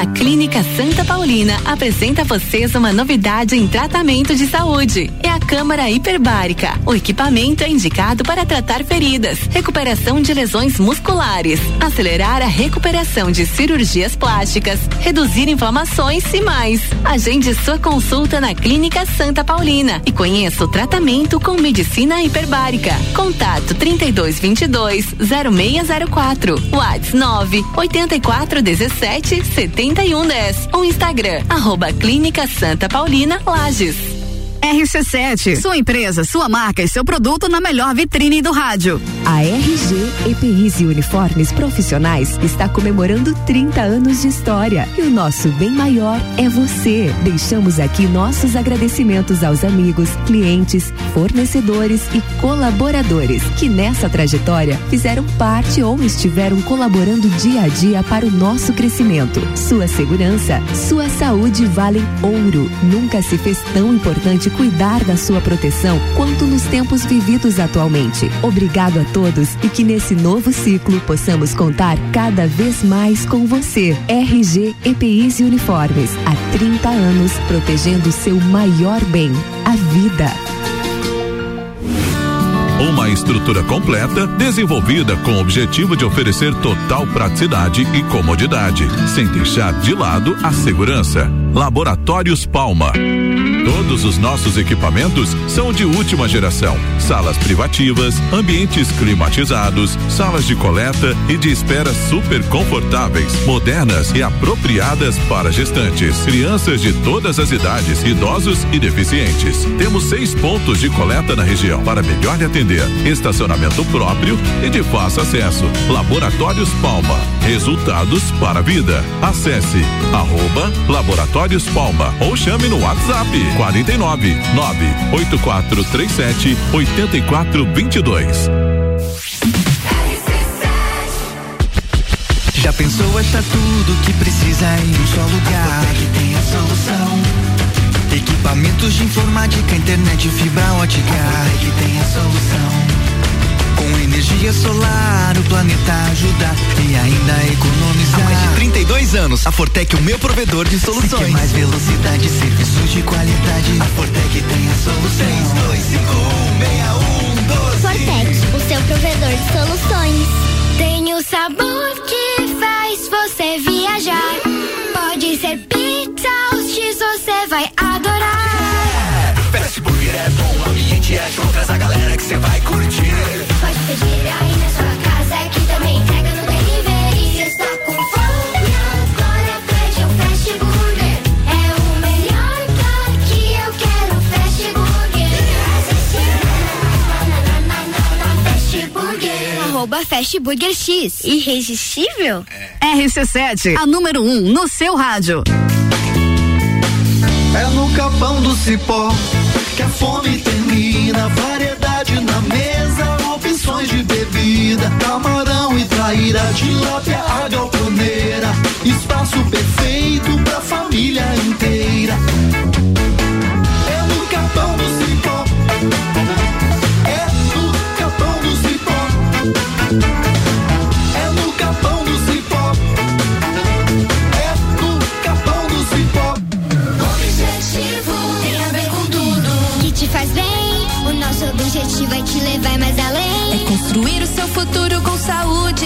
Speaker 11: A Clínica Santa Paulina apresenta a vocês uma novidade em tratamento de saúde. É a Câmara Hiperbárica. O equipamento é indicado para tratar feridas, recuperação de lesões musculares, acelerar a recuperação de cirurgias plásticas, reduzir inflamações e mais. Agende sua consulta na Clínica Santa Paulina e conheça o tratamento com medicina hiperbárica. Contato 3222 0604. WhatsApp 9 8417 7110 ou Instagram, arroba Clínica Santa Paulina Lages.
Speaker 12: RC7, sua empresa, sua marca e seu produto na melhor vitrine do rádio.
Speaker 13: A RG EPIs e Uniformes Profissionais está comemorando 30 anos de história. E o nosso bem maior é você. Deixamos aqui nossos agradecimentos aos amigos, clientes, fornecedores e colaboradores que nessa trajetória fizeram parte ou estiveram colaborando dia a dia para o nosso crescimento. Sua segurança, sua saúde valem ouro. Nunca se fez tão importante cuidar da sua proteção quanto nos tempos vividos atualmente. Obrigado a todos e que nesse novo ciclo possamos contar cada vez mais com você. RG EPIs e Uniformes, há 30 anos protegendo o seu maior bem, a vida.
Speaker 14: Uma estrutura completa desenvolvida com o objetivo de oferecer total praticidade e comodidade, sem deixar de lado a segurança. Laboratórios Palma. Todos os nossos equipamentos são de última geração: salas privativas, ambientes climatizados, salas de coleta e de espera super confortáveis, modernas e apropriadas para gestantes, crianças de todas as idades, idosos e deficientes. Temos seis pontos de coleta na região para melhor lhe atender, estacionamento próprio e de fácil acesso. Laboratórios Palma, resultados para a vida. Acesse arroba Laboratórios Palma ou chame no WhatsApp 49 98437 8422.
Speaker 9: Já pensou achar tudo que precisa em um só lugar? que tem a solução. Equipamentos de informática, internet, fibra ótica. que tem a solução. Com energia solar, o planeta ajuda e ainda economizar. Há mais de 32 anos, a Fortec é o meu provedor de soluções. quer é mais velocidade, serviços de qualidade. A Fortec tem a solução. 3, 2, 5, 1, 6, 1, 12.
Speaker 10: Fortec, o seu provedor de soluções. Tem o sabor que faz você viajar. Pode ser pizza ou X, você vai adorar.
Speaker 9: Fast Burger é bom, o ambiente é show, traz a galera que você vai curtir.
Speaker 10: Pode pedir aí na sua casa é que também entrega no delivery. Se está com fome, agora pede um Fast Burger. É o melhor que eu quero, Fast Burger. Na, na, na, na, Fast Burger. Arroba Fast Burger X. Irresistível?
Speaker 12: RC7, a número 1 um no seu rádio.
Speaker 9: É no capão do cipó que a fome termina. Variedade na mesa, opção vida, camarão e traíra, tilápia, a galponeira, espaço perfeito pra família inteira. É no capão do cipó, é no capão do cipó, é no capão do cipó, é no capão do cipó.
Speaker 10: Objetivo tem a ver com tudo que te faz bem. O nosso objetivo é te levar mais além. É construir o seu futuro com saúde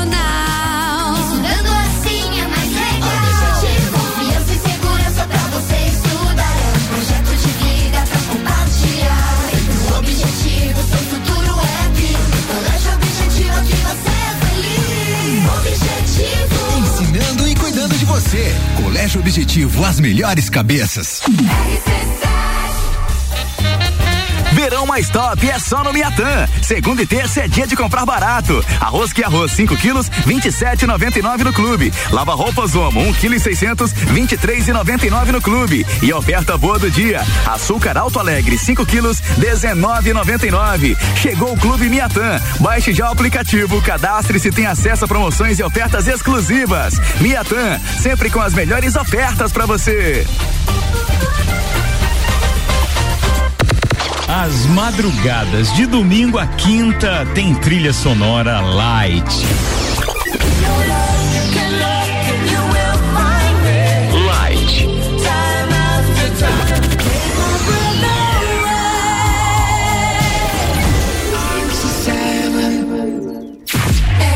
Speaker 10: emocional. Estudando assim é mais legal. Objetivo, confiança e segurança pra você estudar. É um projeto de vida pra compartilhar. Sempre o objetivo, seu futuro é vivo. Colégio objetivo que você é feliz. Objetivo.
Speaker 15: Ensinando e cuidando de você. Colégio Objetivo, as melhores cabeças.
Speaker 16: Verão mais top é só no Miatã. Segunda e terça é dia de comprar barato. Arroz que arroz, 5 quilos, 27,99 no clube. Lava roupas Omo, 1 quilo e 600, 23,99 no clube. E a oferta boa do dia, açúcar Alto Alegre, 5 quilos, 19,99. Chegou o Clube Miatã. Baixe já o aplicativo, cadastre-se e tem acesso a promoções e ofertas exclusivas. Miatã, sempre com as melhores ofertas para você.
Speaker 17: As madrugadas de domingo a quinta tem trilha sonora light. Light.
Speaker 2: É.
Speaker 7: É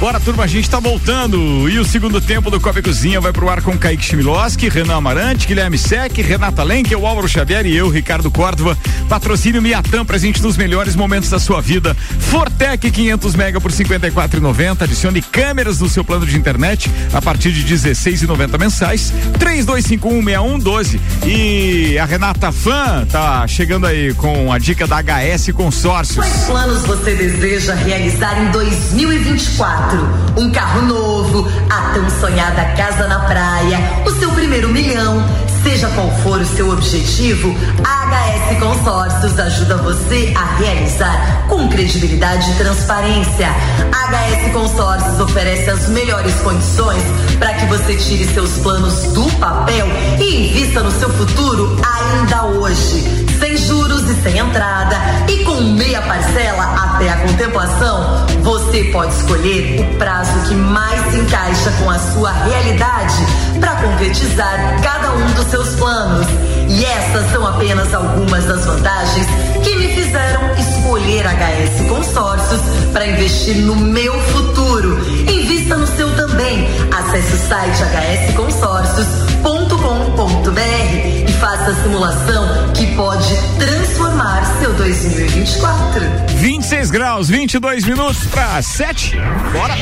Speaker 1: Bora, turma, a gente tá voltando. E o segundo tempo do Copa e Cozinha vai pro ar com Kaique Chimiloski, Renan Amarante, Guilherme Sec, Renata Lenke, o Álvaro Xavier e eu, Ricardo Córdova. Patrocínio Miatan, presente nos melhores momentos da sua vida. Fortec 500 mega por 54,90. Adicione câmeras no seu plano de internet a partir de 16,90 mensais. 32516112. E a Renata Fã tá chegando aí com a dica da HS Consórcios.
Speaker 18: Quais planos você deseja realizar em 2024? Um carro novo, a tão sonhada casa na praia, o seu primeiro milhão. Seja qual for o seu objetivo, a HS Consórcios ajuda você a realizar com credibilidade e transparência. A HS Consórcios oferece as melhores condições para que você tire seus planos do papel e invista no seu futuro ainda hoje. Sem juros e sem entrada e com meia parcela até a contemplação, você pode escolher o prazo que mais se encaixa com a sua realidade para concretizar cada um dos seus planos. E essas são apenas algumas das vantagens que me fizeram escolher HS Consórcios para investir no meu futuro. Invista no seu também. Acesse o site hsconsórcios.com.br e faça a simulação que pode transformar seu 2024.
Speaker 1: 26 graus, 22 minutos para 7. Bora!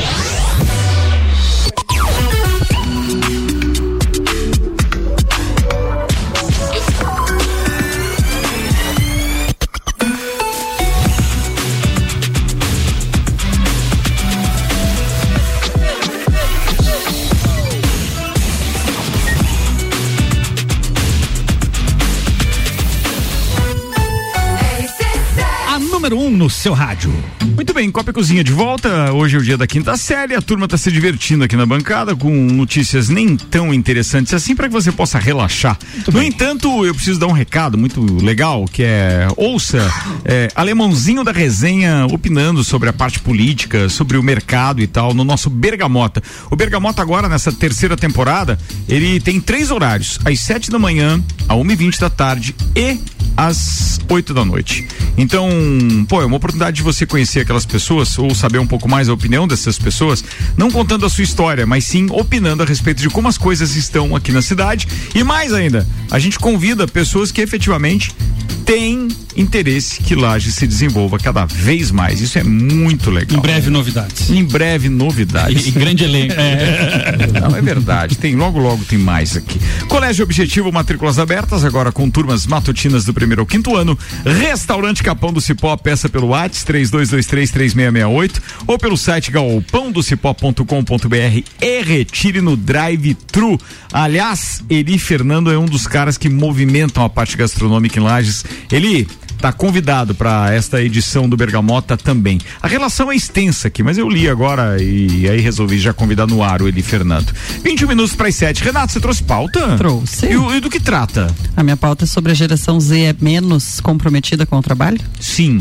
Speaker 2: A número 1 um no seu rádio.
Speaker 1: Muito bem, Copa e Cozinha de volta. Hoje é o dia da quinta série. A turma está se divertindo aqui na bancada com notícias nem tão interessantes assim para que você possa relaxar. no entanto, eu preciso dar um recado muito legal que é ouça é, alemãozinho da resenha opinando sobre a parte política, sobre o mercado e tal no nosso Bergamota. O Bergamota agora nessa terceira temporada ele tem três horários: às sete da manhã, à uma e vinte da tarde e às oito da noite. Então, pô, é uma oportunidade de você conhecer aquelas pessoas ou saber um pouco mais a opinião dessas pessoas, não contando a sua história, mas sim opinando a respeito de como as coisas estão aqui na cidade. E mais ainda, a gente convida pessoas que efetivamente têm interesse que Laje se desenvolva cada vez mais. Isso é muito legal.
Speaker 4: Em breve novidades.
Speaker 1: Em breve novidades.
Speaker 4: Em grande elenco.
Speaker 1: Não, é verdade. Tem logo, logo tem mais aqui. Colégio Objetivo, matrículas abertas, agora com turmas matutinas do primeiro ao quinto ano. Restaurante Capão do Cipó, peça pelo WhatsApp 32233668 ou pelo site galpãodocipó.com.br e retire no Drive True. Aliás, Eli Fernando é um dos caras que movimentam a parte gastronômica em Lages. Eli, Tá convidado para esta edição do Bergamota também. A relação é extensa aqui, mas eu li agora e aí resolvi já convidar no ar o Eli Fernando. 20 minutos para as 7. Renato, você trouxe pauta?
Speaker 7: Trouxe.
Speaker 1: E, o- e do que trata?
Speaker 7: A minha pauta é sobre a geração Z é menos comprometida com o trabalho?
Speaker 1: Sim.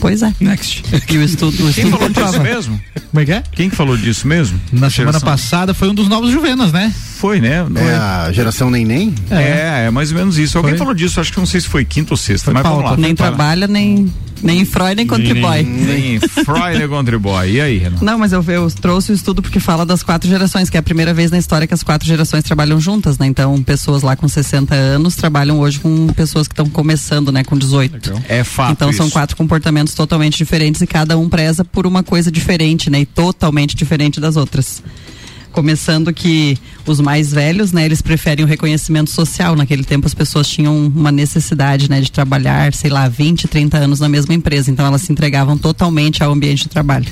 Speaker 7: Pois é.
Speaker 1: Next.
Speaker 7: E o estudo, o
Speaker 1: Quem
Speaker 7: estudo
Speaker 1: falou disso
Speaker 7: comprova.
Speaker 1: mesmo?
Speaker 2: Como é que é?
Speaker 1: Quem que falou disso mesmo?
Speaker 2: Na semana passada foi um dos novos Juvenas, né?
Speaker 1: Foi, né?
Speaker 6: É a geração Neném?
Speaker 1: É, é mais ou menos isso. Alguém
Speaker 6: Foi.
Speaker 1: falou disso, acho que não sei se foi quinta ou sexta, mas vamos lá.
Speaker 7: Nem trabalha, nem, nem Freud, nem contribui.
Speaker 1: Nem, nem Freud, nem Contriboy. E aí, Renato?
Speaker 7: Não, mas eu, eu trouxe o estudo porque fala das quatro gerações, que é a primeira vez na história que as quatro gerações trabalham juntas, né? Então, pessoas lá com 60 anos trabalham hoje com pessoas que estão começando, né, com 18.
Speaker 1: É fato
Speaker 7: Então, são
Speaker 1: isso.
Speaker 7: quatro comportamentos totalmente diferentes e cada um preza por uma coisa diferente, né? E totalmente diferente das outras. Começando que os mais velhos, né, eles preferem o reconhecimento social. Naquele tempo as pessoas tinham uma necessidade, né, de trabalhar, sei lá, 20, 30 anos na mesma empresa. Então elas se entregavam totalmente ao ambiente de trabalho.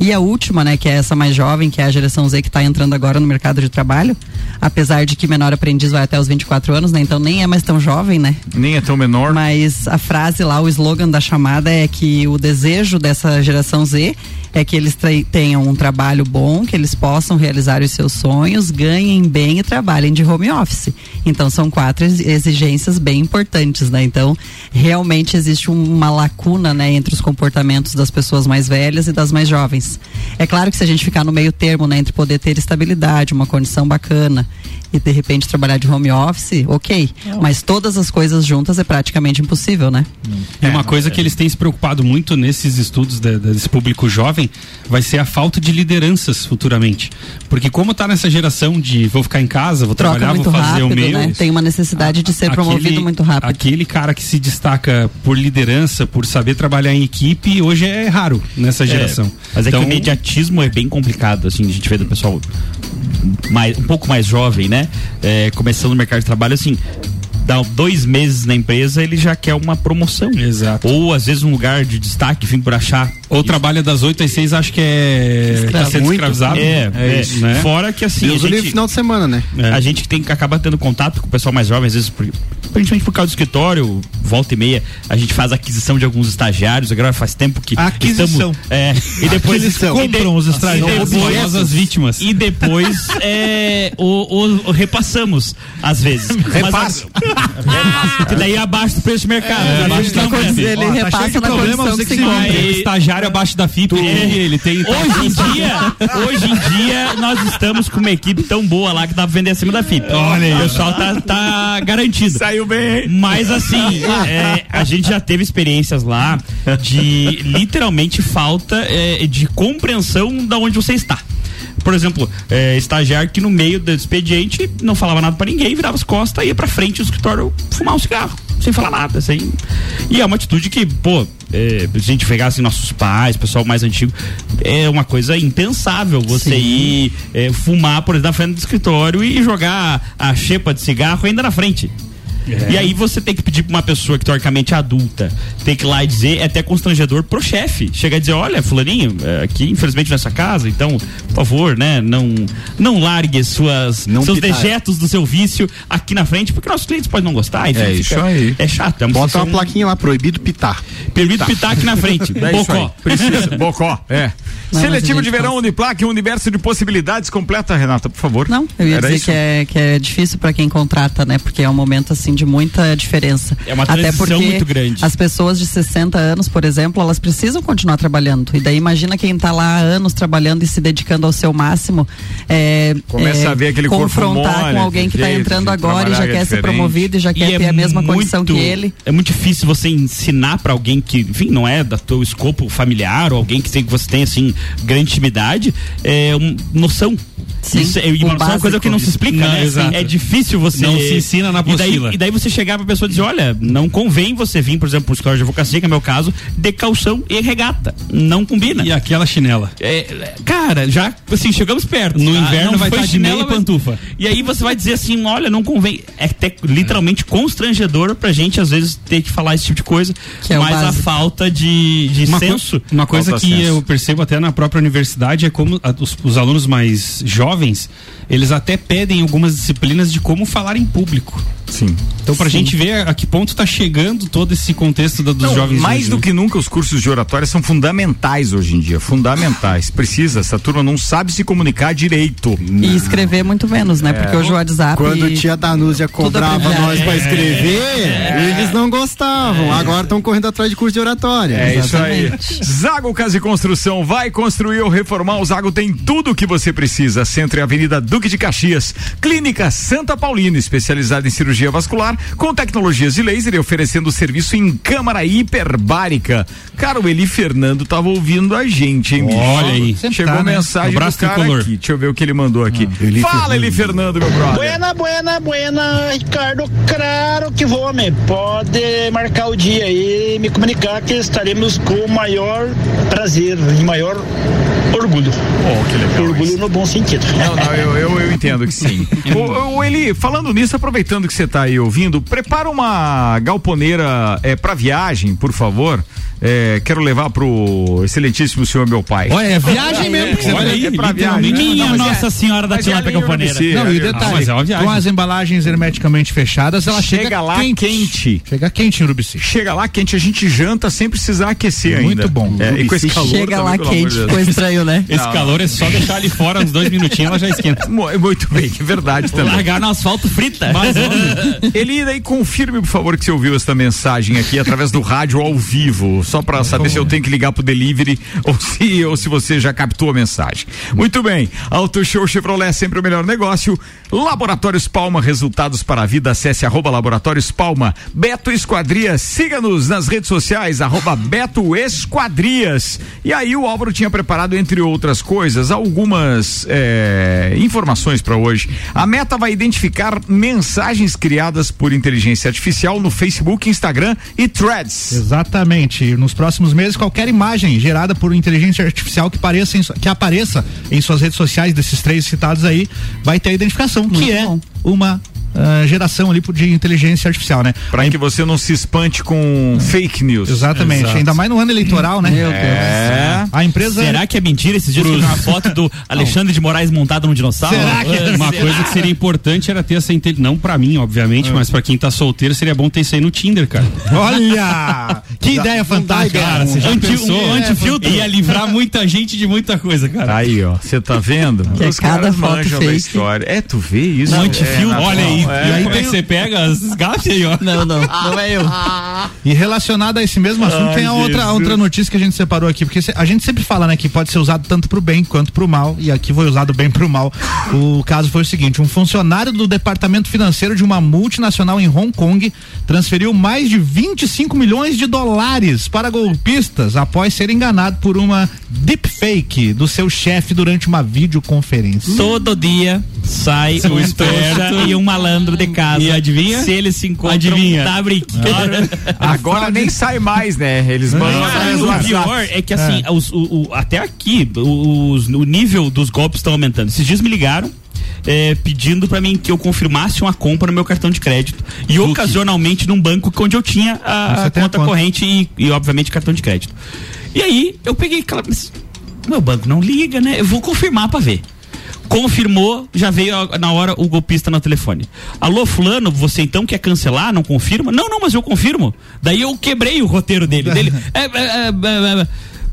Speaker 7: E a última, né, que é essa mais jovem, que é a geração Z que está entrando agora no mercado de trabalho, apesar de que menor aprendiz vai até os 24 anos, né? Então nem é mais tão jovem, né?
Speaker 1: Nem é tão menor.
Speaker 7: Mas a frase lá, o slogan da chamada é que o desejo dessa geração Z é que eles trai- tenham um trabalho bom, que eles possam realizar os seus sonhos, ganhem bem e trabalhem de home office. Então são quatro ex- exigências bem importantes, né? Então realmente existe uma lacuna, né, entre os comportamentos das pessoas mais velhas e das mais jovens. É claro que se a gente ficar no meio termo, né, entre poder ter estabilidade, uma condição bacana e de repente trabalhar de home office, ok. Mas todas as coisas juntas é praticamente impossível, né?
Speaker 4: É uma coisa que eles têm se preocupado muito nesses estudos de- desse público jovem, vai ser a falta de lideranças futuramente. Porque como tá nessa geração de vou ficar em casa, vou
Speaker 7: Troca
Speaker 4: trabalhar,
Speaker 7: muito
Speaker 4: vou fazer um
Speaker 7: rápido,
Speaker 4: o meu,
Speaker 7: né? Tem uma necessidade de ser promovido muito rápido.
Speaker 4: Aquele cara que se destaca por liderança, por saber trabalhar em equipe, hoje é raro nessa geração.
Speaker 5: mas é
Speaker 4: Então,
Speaker 5: que o mediatismo é bem complicado, assim, a gente vê do pessoal mais, um pouco mais jovem, né? É, começando no mercado de trabalho, assim, dá dois meses na empresa, ele já quer uma promoção.
Speaker 4: Exato.
Speaker 5: Ou às vezes um lugar de destaque, enfim, por achar.
Speaker 4: Ou trabalha das 8 às 6, acho que é. Tá sendo escravizado.
Speaker 5: É, é.
Speaker 4: isso, né?
Speaker 5: Fora que assim.
Speaker 4: Deus
Speaker 5: a
Speaker 4: o livre,
Speaker 5: gente, final de semana, né? A gente que tem que acabar tendo contato com o pessoal mais jovem, às vezes, por- principalmente por causa do escritório, volta e meia, a gente faz aquisição de alguns estagiários, agora faz tempo que.
Speaker 2: Aquisição.
Speaker 5: estamos- é, e depois
Speaker 2: Eles compram os estagiários.
Speaker 5: e depois-
Speaker 2: Objetos.
Speaker 5: as vítimas. E depois é, o, o- o repassamos, às vezes. Mas a-
Speaker 2: Repassa.
Speaker 5: que daí é abaixo do preço de mercado.
Speaker 4: É,
Speaker 5: A
Speaker 4: abaixo
Speaker 5: gente
Speaker 4: da
Speaker 5: não
Speaker 4: condição,
Speaker 5: deve.
Speaker 4: ele Ó, tá repassa cheio de na
Speaker 5: é
Speaker 4: problema, condição você que que se se compra. compra.
Speaker 5: Aí,
Speaker 4: O estagiário abaixo da FIP, ele- ele tem- tá
Speaker 5: Hoje em dia, hoje em dia, nós estamos com uma equipe tão boa lá que dá pra vender acima da FIP. Olha aí. O pessoal tá, tá garantido. Saiu bem. Mas assim, é, a gente já teve experiências lá de literalmente falta é, de compreensão da onde você está. Por exemplo, é, estagiário que no meio do expediente não falava nada pra ninguém, virava as costas e ia pra frente do escritório fumar um cigarro, sem falar nada, sem. E é uma atitude que, pô, é, se a gente pegar assim, nossos pais, pessoal mais antigo, é uma coisa impensável você ir é, fumar, por exemplo, na frente do escritório e jogar a xepa de cigarro ainda na frente.
Speaker 4: É.
Speaker 5: E aí você tem que pedir pra uma pessoa que teoricamente é adulta, tem que ir lá e dizer, é até constrangedor pro chefe. Chega a dizer, olha, fulaninho, é, aqui infelizmente nessa casa, então, por favor, né, não, não largue suas, seus
Speaker 6: pitar.
Speaker 5: dejetos do seu vício aqui na frente, porque nossos clientes podem não gostar. Enfim,
Speaker 6: É
Speaker 5: fica-
Speaker 6: isso aí.
Speaker 5: É chato. É uma
Speaker 6: Bota
Speaker 5: sensação-
Speaker 6: uma plaquinha lá, proibido pitar.
Speaker 5: Proibido pitar aqui na frente.
Speaker 6: É isso aí.
Speaker 1: Bocó. Precisa. Bocó, é.
Speaker 6: Não,
Speaker 1: Seletivo
Speaker 6: mas a
Speaker 1: de
Speaker 6: gente
Speaker 1: verão Uniplac, um universo de possibilidades completa, Renata, por favor.
Speaker 7: Não, eu ia
Speaker 1: Era
Speaker 7: dizer
Speaker 1: isso?
Speaker 7: que é, que é difícil para quem contrata, né? Porque é um momento assim de muita diferença.
Speaker 5: É uma
Speaker 7: Até
Speaker 5: transição
Speaker 7: porque
Speaker 5: muito grande.
Speaker 7: as pessoas de 60 anos, por exemplo, elas precisam continuar trabalhando. E daí imagina quem está lá há anos trabalhando e se dedicando ao seu máximo. é,
Speaker 1: Começa
Speaker 7: é,
Speaker 1: a ver aquele corpo
Speaker 7: confrontar
Speaker 1: mole,
Speaker 7: com alguém que está
Speaker 1: jeito de
Speaker 7: entrando agora e já
Speaker 5: trabalhar
Speaker 7: quer
Speaker 5: é
Speaker 7: ser
Speaker 5: diferente.
Speaker 7: promovido e já quer
Speaker 5: E é
Speaker 7: ter a mesma condição que
Speaker 5: muito-
Speaker 7: ele.
Speaker 5: É muito difícil você ensinar pra alguém que, enfim, não é da teu escopo familiar ou alguém que, tem, que você tem, assim, grande intimidade, é um, noção.
Speaker 4: Sim,
Speaker 5: Isso é,
Speaker 4: o
Speaker 5: e uma noção é uma coisa
Speaker 4: básico.
Speaker 5: que não se explica,
Speaker 4: Não,
Speaker 5: né?
Speaker 4: exato.
Speaker 5: É difícil você.
Speaker 4: Não se ensina na
Speaker 5: E daí-
Speaker 4: apostila.
Speaker 5: E daí, você chegar pra pessoa e dizer: olha, não convém você vir, por exemplo, pro escola de advocacia, que é meu caso, de calção e regata. Não combina. É, E
Speaker 4: aquela chinela.
Speaker 7: É.
Speaker 5: cara, já, assim, chegamos perto.
Speaker 4: No
Speaker 5: Ah,
Speaker 4: inverno
Speaker 5: não
Speaker 4: vai
Speaker 5: foi
Speaker 4: estar de meia
Speaker 5: chinela,
Speaker 4: e pantufa.
Speaker 5: e aí você vai dizer assim, olha, não convém. É até literalmente constrangedor pra gente, às vezes, ter que falar esse tipo de coisa.
Speaker 4: Que é o
Speaker 5: mas a
Speaker 4: básico.
Speaker 5: falta de, de
Speaker 4: uma coi-
Speaker 5: senso.
Speaker 4: uma coisa
Speaker 5: Falta
Speaker 4: que
Speaker 5: senso.
Speaker 4: eu percebo até na própria universidade é como a- os, os alunos mais jovens, eles até pedem algumas disciplinas de como falar em público.
Speaker 1: Sim.
Speaker 4: Então, pra gente ver a que ponto tá chegando todo esse contexto da- dos
Speaker 1: Não,
Speaker 4: jovens.
Speaker 1: mais
Speaker 4: hoje,
Speaker 1: do
Speaker 4: né?
Speaker 1: que nunca os cursos de oratória são fundamentais hoje em dia, fundamentais. Precisa, essa turma não sabe se comunicar direito.
Speaker 7: E escrever muito menos, né?
Speaker 5: É.
Speaker 7: Porque hoje o WhatsApp. é
Speaker 6: Quando tia Danúzia cobrava
Speaker 7: privilégio.
Speaker 6: nós pra escrever,
Speaker 1: É.
Speaker 6: eles não gostavam. Agora estão correndo atrás de curso de oratória.
Speaker 1: É isso aí. Zago Casa e Construção vai construir ou reformar. O Zago tem tudo o que você precisa. Centro e Avenida Duque de Caxias. Clínica Santa Paulina, especializada em cirurgia vascular, com tecnologias de laser e oferecendo serviço em câmara hiperbárica. Cara, o Eli Fernando tava ouvindo a gente, hein, bicho?
Speaker 4: Olha aí.
Speaker 1: Chegou
Speaker 4: Tá, né?
Speaker 1: mensagem do
Speaker 4: Abraço
Speaker 1: cara
Speaker 4: tricolor.
Speaker 1: aqui. Deixa eu ver o que ele mandou aqui.
Speaker 6: Ah,
Speaker 1: Fala, Eli Fernando, meu brother.
Speaker 19: Buena, buena, buena, Ricardo, claro que vou, homem. Pode marcar o dia aí e me comunicar que estaremos com o maior prazer e maior orgulho.
Speaker 1: Oh, que legal.
Speaker 19: Orgulho no bom sentido.
Speaker 1: Não, não, eu, eu, eu entendo que sim. o, o Eli, falando nisso, aproveitando que você está aí ouvindo, prepara uma galponeira é, para viagem, por favor. É, quero levar pro excelentíssimo senhor meu pai.
Speaker 2: Olha, é viagem mesmo que você vai
Speaker 1: aí,
Speaker 2: ter pra
Speaker 1: literalmente.
Speaker 2: viagem.
Speaker 1: Não, mas é- mas é ali em Urubici,
Speaker 2: Não,
Speaker 1: é
Speaker 2: e o
Speaker 1: ali em Urubici.
Speaker 2: detalhe, com as embalagens hermeticamente fechadas, ela chega,
Speaker 1: lá quente.
Speaker 2: Chega quente em Urubici.
Speaker 1: Chega lá quente, a gente janta sem precisar aquecer
Speaker 2: Muito
Speaker 1: ainda.
Speaker 2: bom.
Speaker 1: É, e com esse calor também, pelo amor de Deus.
Speaker 4: Esse
Speaker 1: Não,
Speaker 4: calor é só deixar ali fora uns dois minutinhos, ela já esquenta.
Speaker 1: Muito bem, é verdade também.
Speaker 5: Largar no asfalto frita.
Speaker 1: Mas, homem, ele daí confirme, por favor, que você ouviu esta mensagem aqui através do rádio ao vivo, só para saber se eu tenho que ligar pro delivery ou se, ou se você já captou a mensagem. Muito bem, Auto Show Chevrolet, é sempre o melhor negócio. Laboratórios Palma, resultados para a vida, acesse arroba Laboratórios Palma. Beto Esquadrias, siga-nos nas redes sociais, arroba Beto Esquadrias. E aí o Álvaro tinha preparado, entre outras coisas, algumas eh, informações para hoje. A meta vai identificar mensagens criadas por inteligência artificial no Facebook, Instagram e Threads.
Speaker 2: Exatamente. Nos próximos meses, qualquer imagem gerada por inteligência artificial que, pareça em su- que apareça em suas redes sociais desses três citados aí, vai ter a identificação, que é uma ah, geração ali por- de inteligência artificial, né?
Speaker 1: Para que você não se espante com fake news.
Speaker 2: Exatamente. Ainda mais no ano eleitoral, né?
Speaker 1: Meu Deus. É.
Speaker 2: A empresa.
Speaker 5: Será que é mentira esses dias que eu vi uma foto do Alexandre de Moraes montado num dinossauro?
Speaker 4: Será que é- uma
Speaker 5: Será?
Speaker 4: coisa que seria importante era ter essa inteligência. Não pra mim,
Speaker 5: Ah.
Speaker 4: obviamente, mas pra quem tá solteiro seria bom ter isso aí no Tinder, cara.
Speaker 5: Ah,
Speaker 2: Olha! Que ideia fantástica.
Speaker 4: Cara, você já
Speaker 2: Anti-
Speaker 4: pensou? É,
Speaker 2: um antifiltro.
Speaker 4: Ia livrar muita gente de muita coisa, cara.
Speaker 1: Aí, ó. Você tá vendo?
Speaker 4: Que é
Speaker 1: Os
Speaker 4: cada
Speaker 1: caras
Speaker 4: foto
Speaker 1: manjam da
Speaker 4: fake.
Speaker 1: história. É, tu vê isso?
Speaker 4: Um
Speaker 1: É,
Speaker 4: antifiltro.
Speaker 1: Natal.
Speaker 4: Olha aí.
Speaker 1: É.
Speaker 4: E aí como é que você pega as gafas aí, ó?
Speaker 5: Não, não.
Speaker 2: Não é eu. E relacionado a esse mesmo assunto,
Speaker 4: Ai,
Speaker 2: tem a outra, a outra
Speaker 4: Jesus.
Speaker 2: notícia que a gente separou aqui, porque se- a gente sempre fala, né, que pode ser usado tanto pro bem quanto pro mal, e aqui foi usado bem pro mal. O caso foi o seguinte: um funcionário do departamento financeiro de uma multinacional em Hong Kong transferiu mais de 25 milhões de dólares para golpistas após ser enganado por uma deepfake do seu chefe durante uma videoconferência.
Speaker 5: Todo dia sai
Speaker 2: Seu
Speaker 5: um
Speaker 2: esperto.
Speaker 5: trouxa e um malandro de casa.
Speaker 4: E adivinha?
Speaker 5: Se eles se encontram,
Speaker 4: Adivinha?
Speaker 5: tá
Speaker 2: É.
Speaker 5: brincando.
Speaker 1: Agora nem sai mais, né? Eles mandam
Speaker 5: Ah,
Speaker 1: através do
Speaker 5: o
Speaker 1: WhatsApp.
Speaker 5: pior é que assim, os- o- o- até aqui, os- o nível dos golpes estão aumentando. Esses dias me ligaram. é, pedindo pra mim que eu confirmasse uma compra no meu cartão de crédito e ocasionalmente num banco onde eu tinha a,
Speaker 2: Você
Speaker 5: a
Speaker 2: tem a
Speaker 5: conta
Speaker 2: conta.
Speaker 5: corrente e, e, obviamente cartão de crédito. E aí eu peguei, claro, mas meu banco não liga, né? Eu vou confirmar pra ver. Confirmou, já veio a- na hora o golpista no telefone. Alô, fulano, você então quer cancelar? Não confirma? Não, não, mas eu confirmo. Daí eu quebrei o roteiro dele. dele é, é, é, é, é.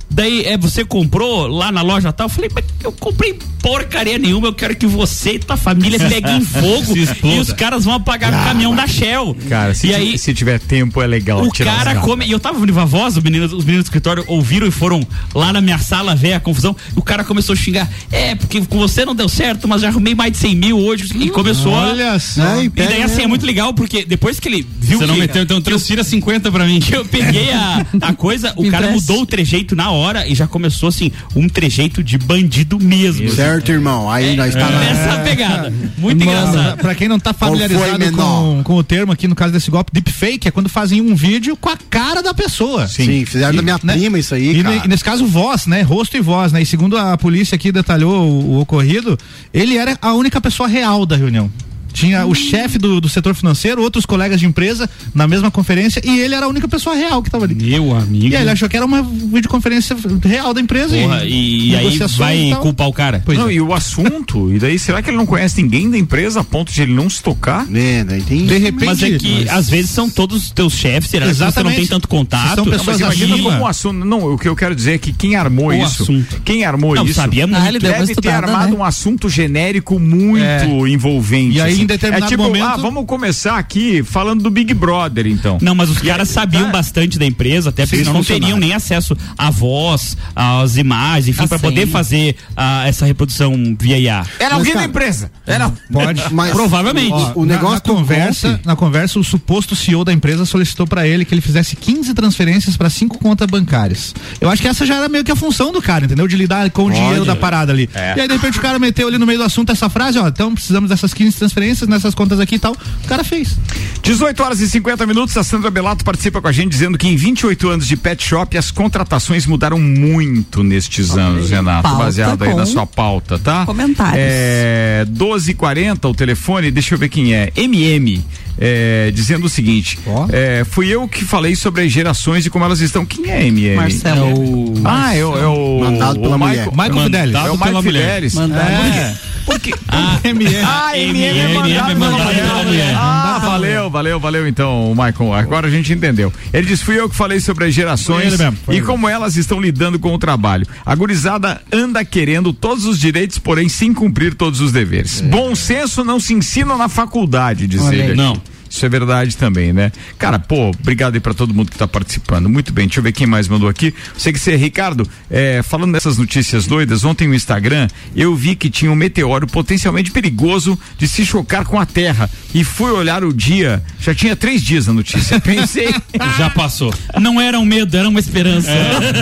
Speaker 5: daí é, você comprou lá na loja tal? Eu falei, mas eu comprei porcaria nenhuma, eu quero que você e tua família peguem fogo
Speaker 1: Se exploda. Ah,
Speaker 5: e os caras vão apagar o caminhão da Shell.
Speaker 1: Cara, se,
Speaker 5: e
Speaker 1: ti-
Speaker 5: aí,
Speaker 1: se tiver tempo, é legal.
Speaker 5: o
Speaker 1: tirar os
Speaker 5: cara
Speaker 1: gatos.
Speaker 5: come. E eu tava ouvindo a voz, os meninos, os meninos do escritório ouviram e foram lá na minha sala ver a confusão. O cara começou a xingar. É, porque com você não deu certo, mas já arrumei mais de 100 mil hoje. E começou a-
Speaker 2: Olha só.
Speaker 5: E daí assim é muito legal, porque depois que ele viu
Speaker 4: Você
Speaker 5: que.
Speaker 4: não meteu, então transfira 50 pra mim.
Speaker 5: que eu peguei a, a coisa, o
Speaker 4: Me
Speaker 5: cara
Speaker 4: empresta.
Speaker 5: mudou o trejeito na hora e já começou assim, um trejeito de bandido mesmo.
Speaker 6: Certo, irmão. Aí nós
Speaker 5: É.
Speaker 6: tá na-
Speaker 5: Nessa pegada. Muito
Speaker 2: Mano,
Speaker 5: engraçado.
Speaker 2: Pra quem não tá
Speaker 6: Conforme
Speaker 2: familiarizado
Speaker 6: menor.
Speaker 2: com, com o termo aqui, no caso desse golpe, deepfake, é quando fazem um vídeo com a cara da pessoa. né?
Speaker 6: Sim, fizeram da minha prima isso aí,
Speaker 2: E,
Speaker 6: cara.
Speaker 2: ne- e nesse caso, voz, né? Rosto e voz, né? E segundo a polícia aqui detalhou o, o ocorrido, ele era a única pessoa real da reunião. Tinha o chefe do, do setor financeiro, outros colegas de empresa na mesma conferência e ele era a única pessoa real que tava ali.
Speaker 4: Meu amigo.
Speaker 2: E aí ele achou que era uma videoconferência real da empresa.
Speaker 5: Porra, e, e aí
Speaker 2: negociações
Speaker 5: vai
Speaker 2: e tal.
Speaker 5: culpar o cara.
Speaker 1: então? não, é. e o assunto, e daí será que ele não conhece ninguém da empresa a ponto de ele não se tocar?
Speaker 6: É, daí tem...
Speaker 1: De repente,
Speaker 5: mas é que às vezes são todos os teus chefes, será que você não
Speaker 1: Exatamente.
Speaker 5: tem tanto contato?
Speaker 1: Não, mas imagina como o assunto. Não, o que eu quero dizer é que quem armou
Speaker 5: um O
Speaker 1: isso.
Speaker 5: assunto.
Speaker 1: Quem armou
Speaker 5: Não,
Speaker 1: isso.
Speaker 5: sabia muito. É. Ah, ele deu uma
Speaker 1: deve ter
Speaker 5: estudada, né?
Speaker 1: armado um assunto genérico muito envolvente.
Speaker 5: E aí, em
Speaker 1: assim.
Speaker 5: determinado
Speaker 1: é tipo,
Speaker 5: momento-
Speaker 1: ah, vamos começar aqui falando do Big Brother, então.
Speaker 5: Não, mas os caras
Speaker 1: tá.
Speaker 5: sabiam bastante da empresa, até porque
Speaker 1: Vocês
Speaker 5: senão não teriam
Speaker 1: funcionários.
Speaker 5: nem acesso à voz, às imagens, enfim,
Speaker 1: Ah,
Speaker 5: pra
Speaker 1: sim.
Speaker 5: poder fazer ah, essa reprodução via IA.
Speaker 1: Era alguém da empresa. Era.
Speaker 2: tá. Pode,
Speaker 5: tá. Mas- Provavelmente.
Speaker 2: Ó,
Speaker 5: O
Speaker 2: na-
Speaker 5: negócio
Speaker 2: na,
Speaker 5: do
Speaker 2: conversa, na conversa, o suposto CEO da empresa solicitou pra ele que ele fizesse 15 transferências pra cinco contas bancárias. Eu acho que essa já era meio que a função do cara, entendeu? De lidar com o
Speaker 5: Olha.
Speaker 2: dinheiro da parada ali.
Speaker 5: É.
Speaker 2: E aí de repente o cara meteu ali no meio do assunto essa frase, ó, então precisamos dessas 15 transferências nessas contas aqui e tal. O cara fez.
Speaker 1: 18 horas e 50 minutos, a Sandra Belato participa com a gente dizendo que em 28 anos de pet shop as contratações mudaram muito nestes anos, Renato,
Speaker 7: Pauta
Speaker 1: baseado aí na
Speaker 7: com
Speaker 1: sua pauta, tá?
Speaker 7: comentários.
Speaker 1: É, 1240 o telefone, deixa eu ver quem é. MM. é, dizendo o seguinte, é, fui eu que falei sobre as gerações e como elas estão. Quem é MM?
Speaker 7: Marcelo.
Speaker 1: É o... Ah, é o, é o.
Speaker 6: Mandado pela
Speaker 1: o
Speaker 6: mulher.
Speaker 1: Michael,
Speaker 6: Michael Fidelis.
Speaker 1: É o Michael
Speaker 6: Mandado pela mulher.
Speaker 1: Fidelis.
Speaker 6: Mandado.
Speaker 1: É. Por quê?
Speaker 5: Ah,
Speaker 1: MM. Ah, MM é mandado pela mulher.
Speaker 2: é.
Speaker 1: Ah,
Speaker 5: pra
Speaker 1: valeu, valeu, valeu então, Michael. Agora a gente entendeu. Ele disse: fui eu que falei sobre as
Speaker 2: Foi
Speaker 1: gerações
Speaker 2: ele mesmo, foi
Speaker 1: e
Speaker 2: ele.
Speaker 1: como elas estão lidando com o trabalho. A gurizada anda querendo todos os direitos, porém sem cumprir todos os deveres.
Speaker 2: É.
Speaker 1: Bom senso não se ensina na faculdade, diz
Speaker 5: Olha
Speaker 1: ele.
Speaker 5: aí.
Speaker 1: aqui.
Speaker 5: Não.
Speaker 1: Isso é verdade também, né? Cara, pô, obrigado aí pra todo mundo que tá participando. Muito bem, deixa eu ver quem mais mandou aqui. Sei que você, Ricardo, eh, falando dessas notícias doidas, ontem no Instagram eu vi que tinha um meteoro potencialmente perigoso de se chocar com a Terra. E fui olhar o dia, já tinha três dias a notícia. Pensei.
Speaker 5: Já passou. Não era um medo, era uma esperança.
Speaker 1: É.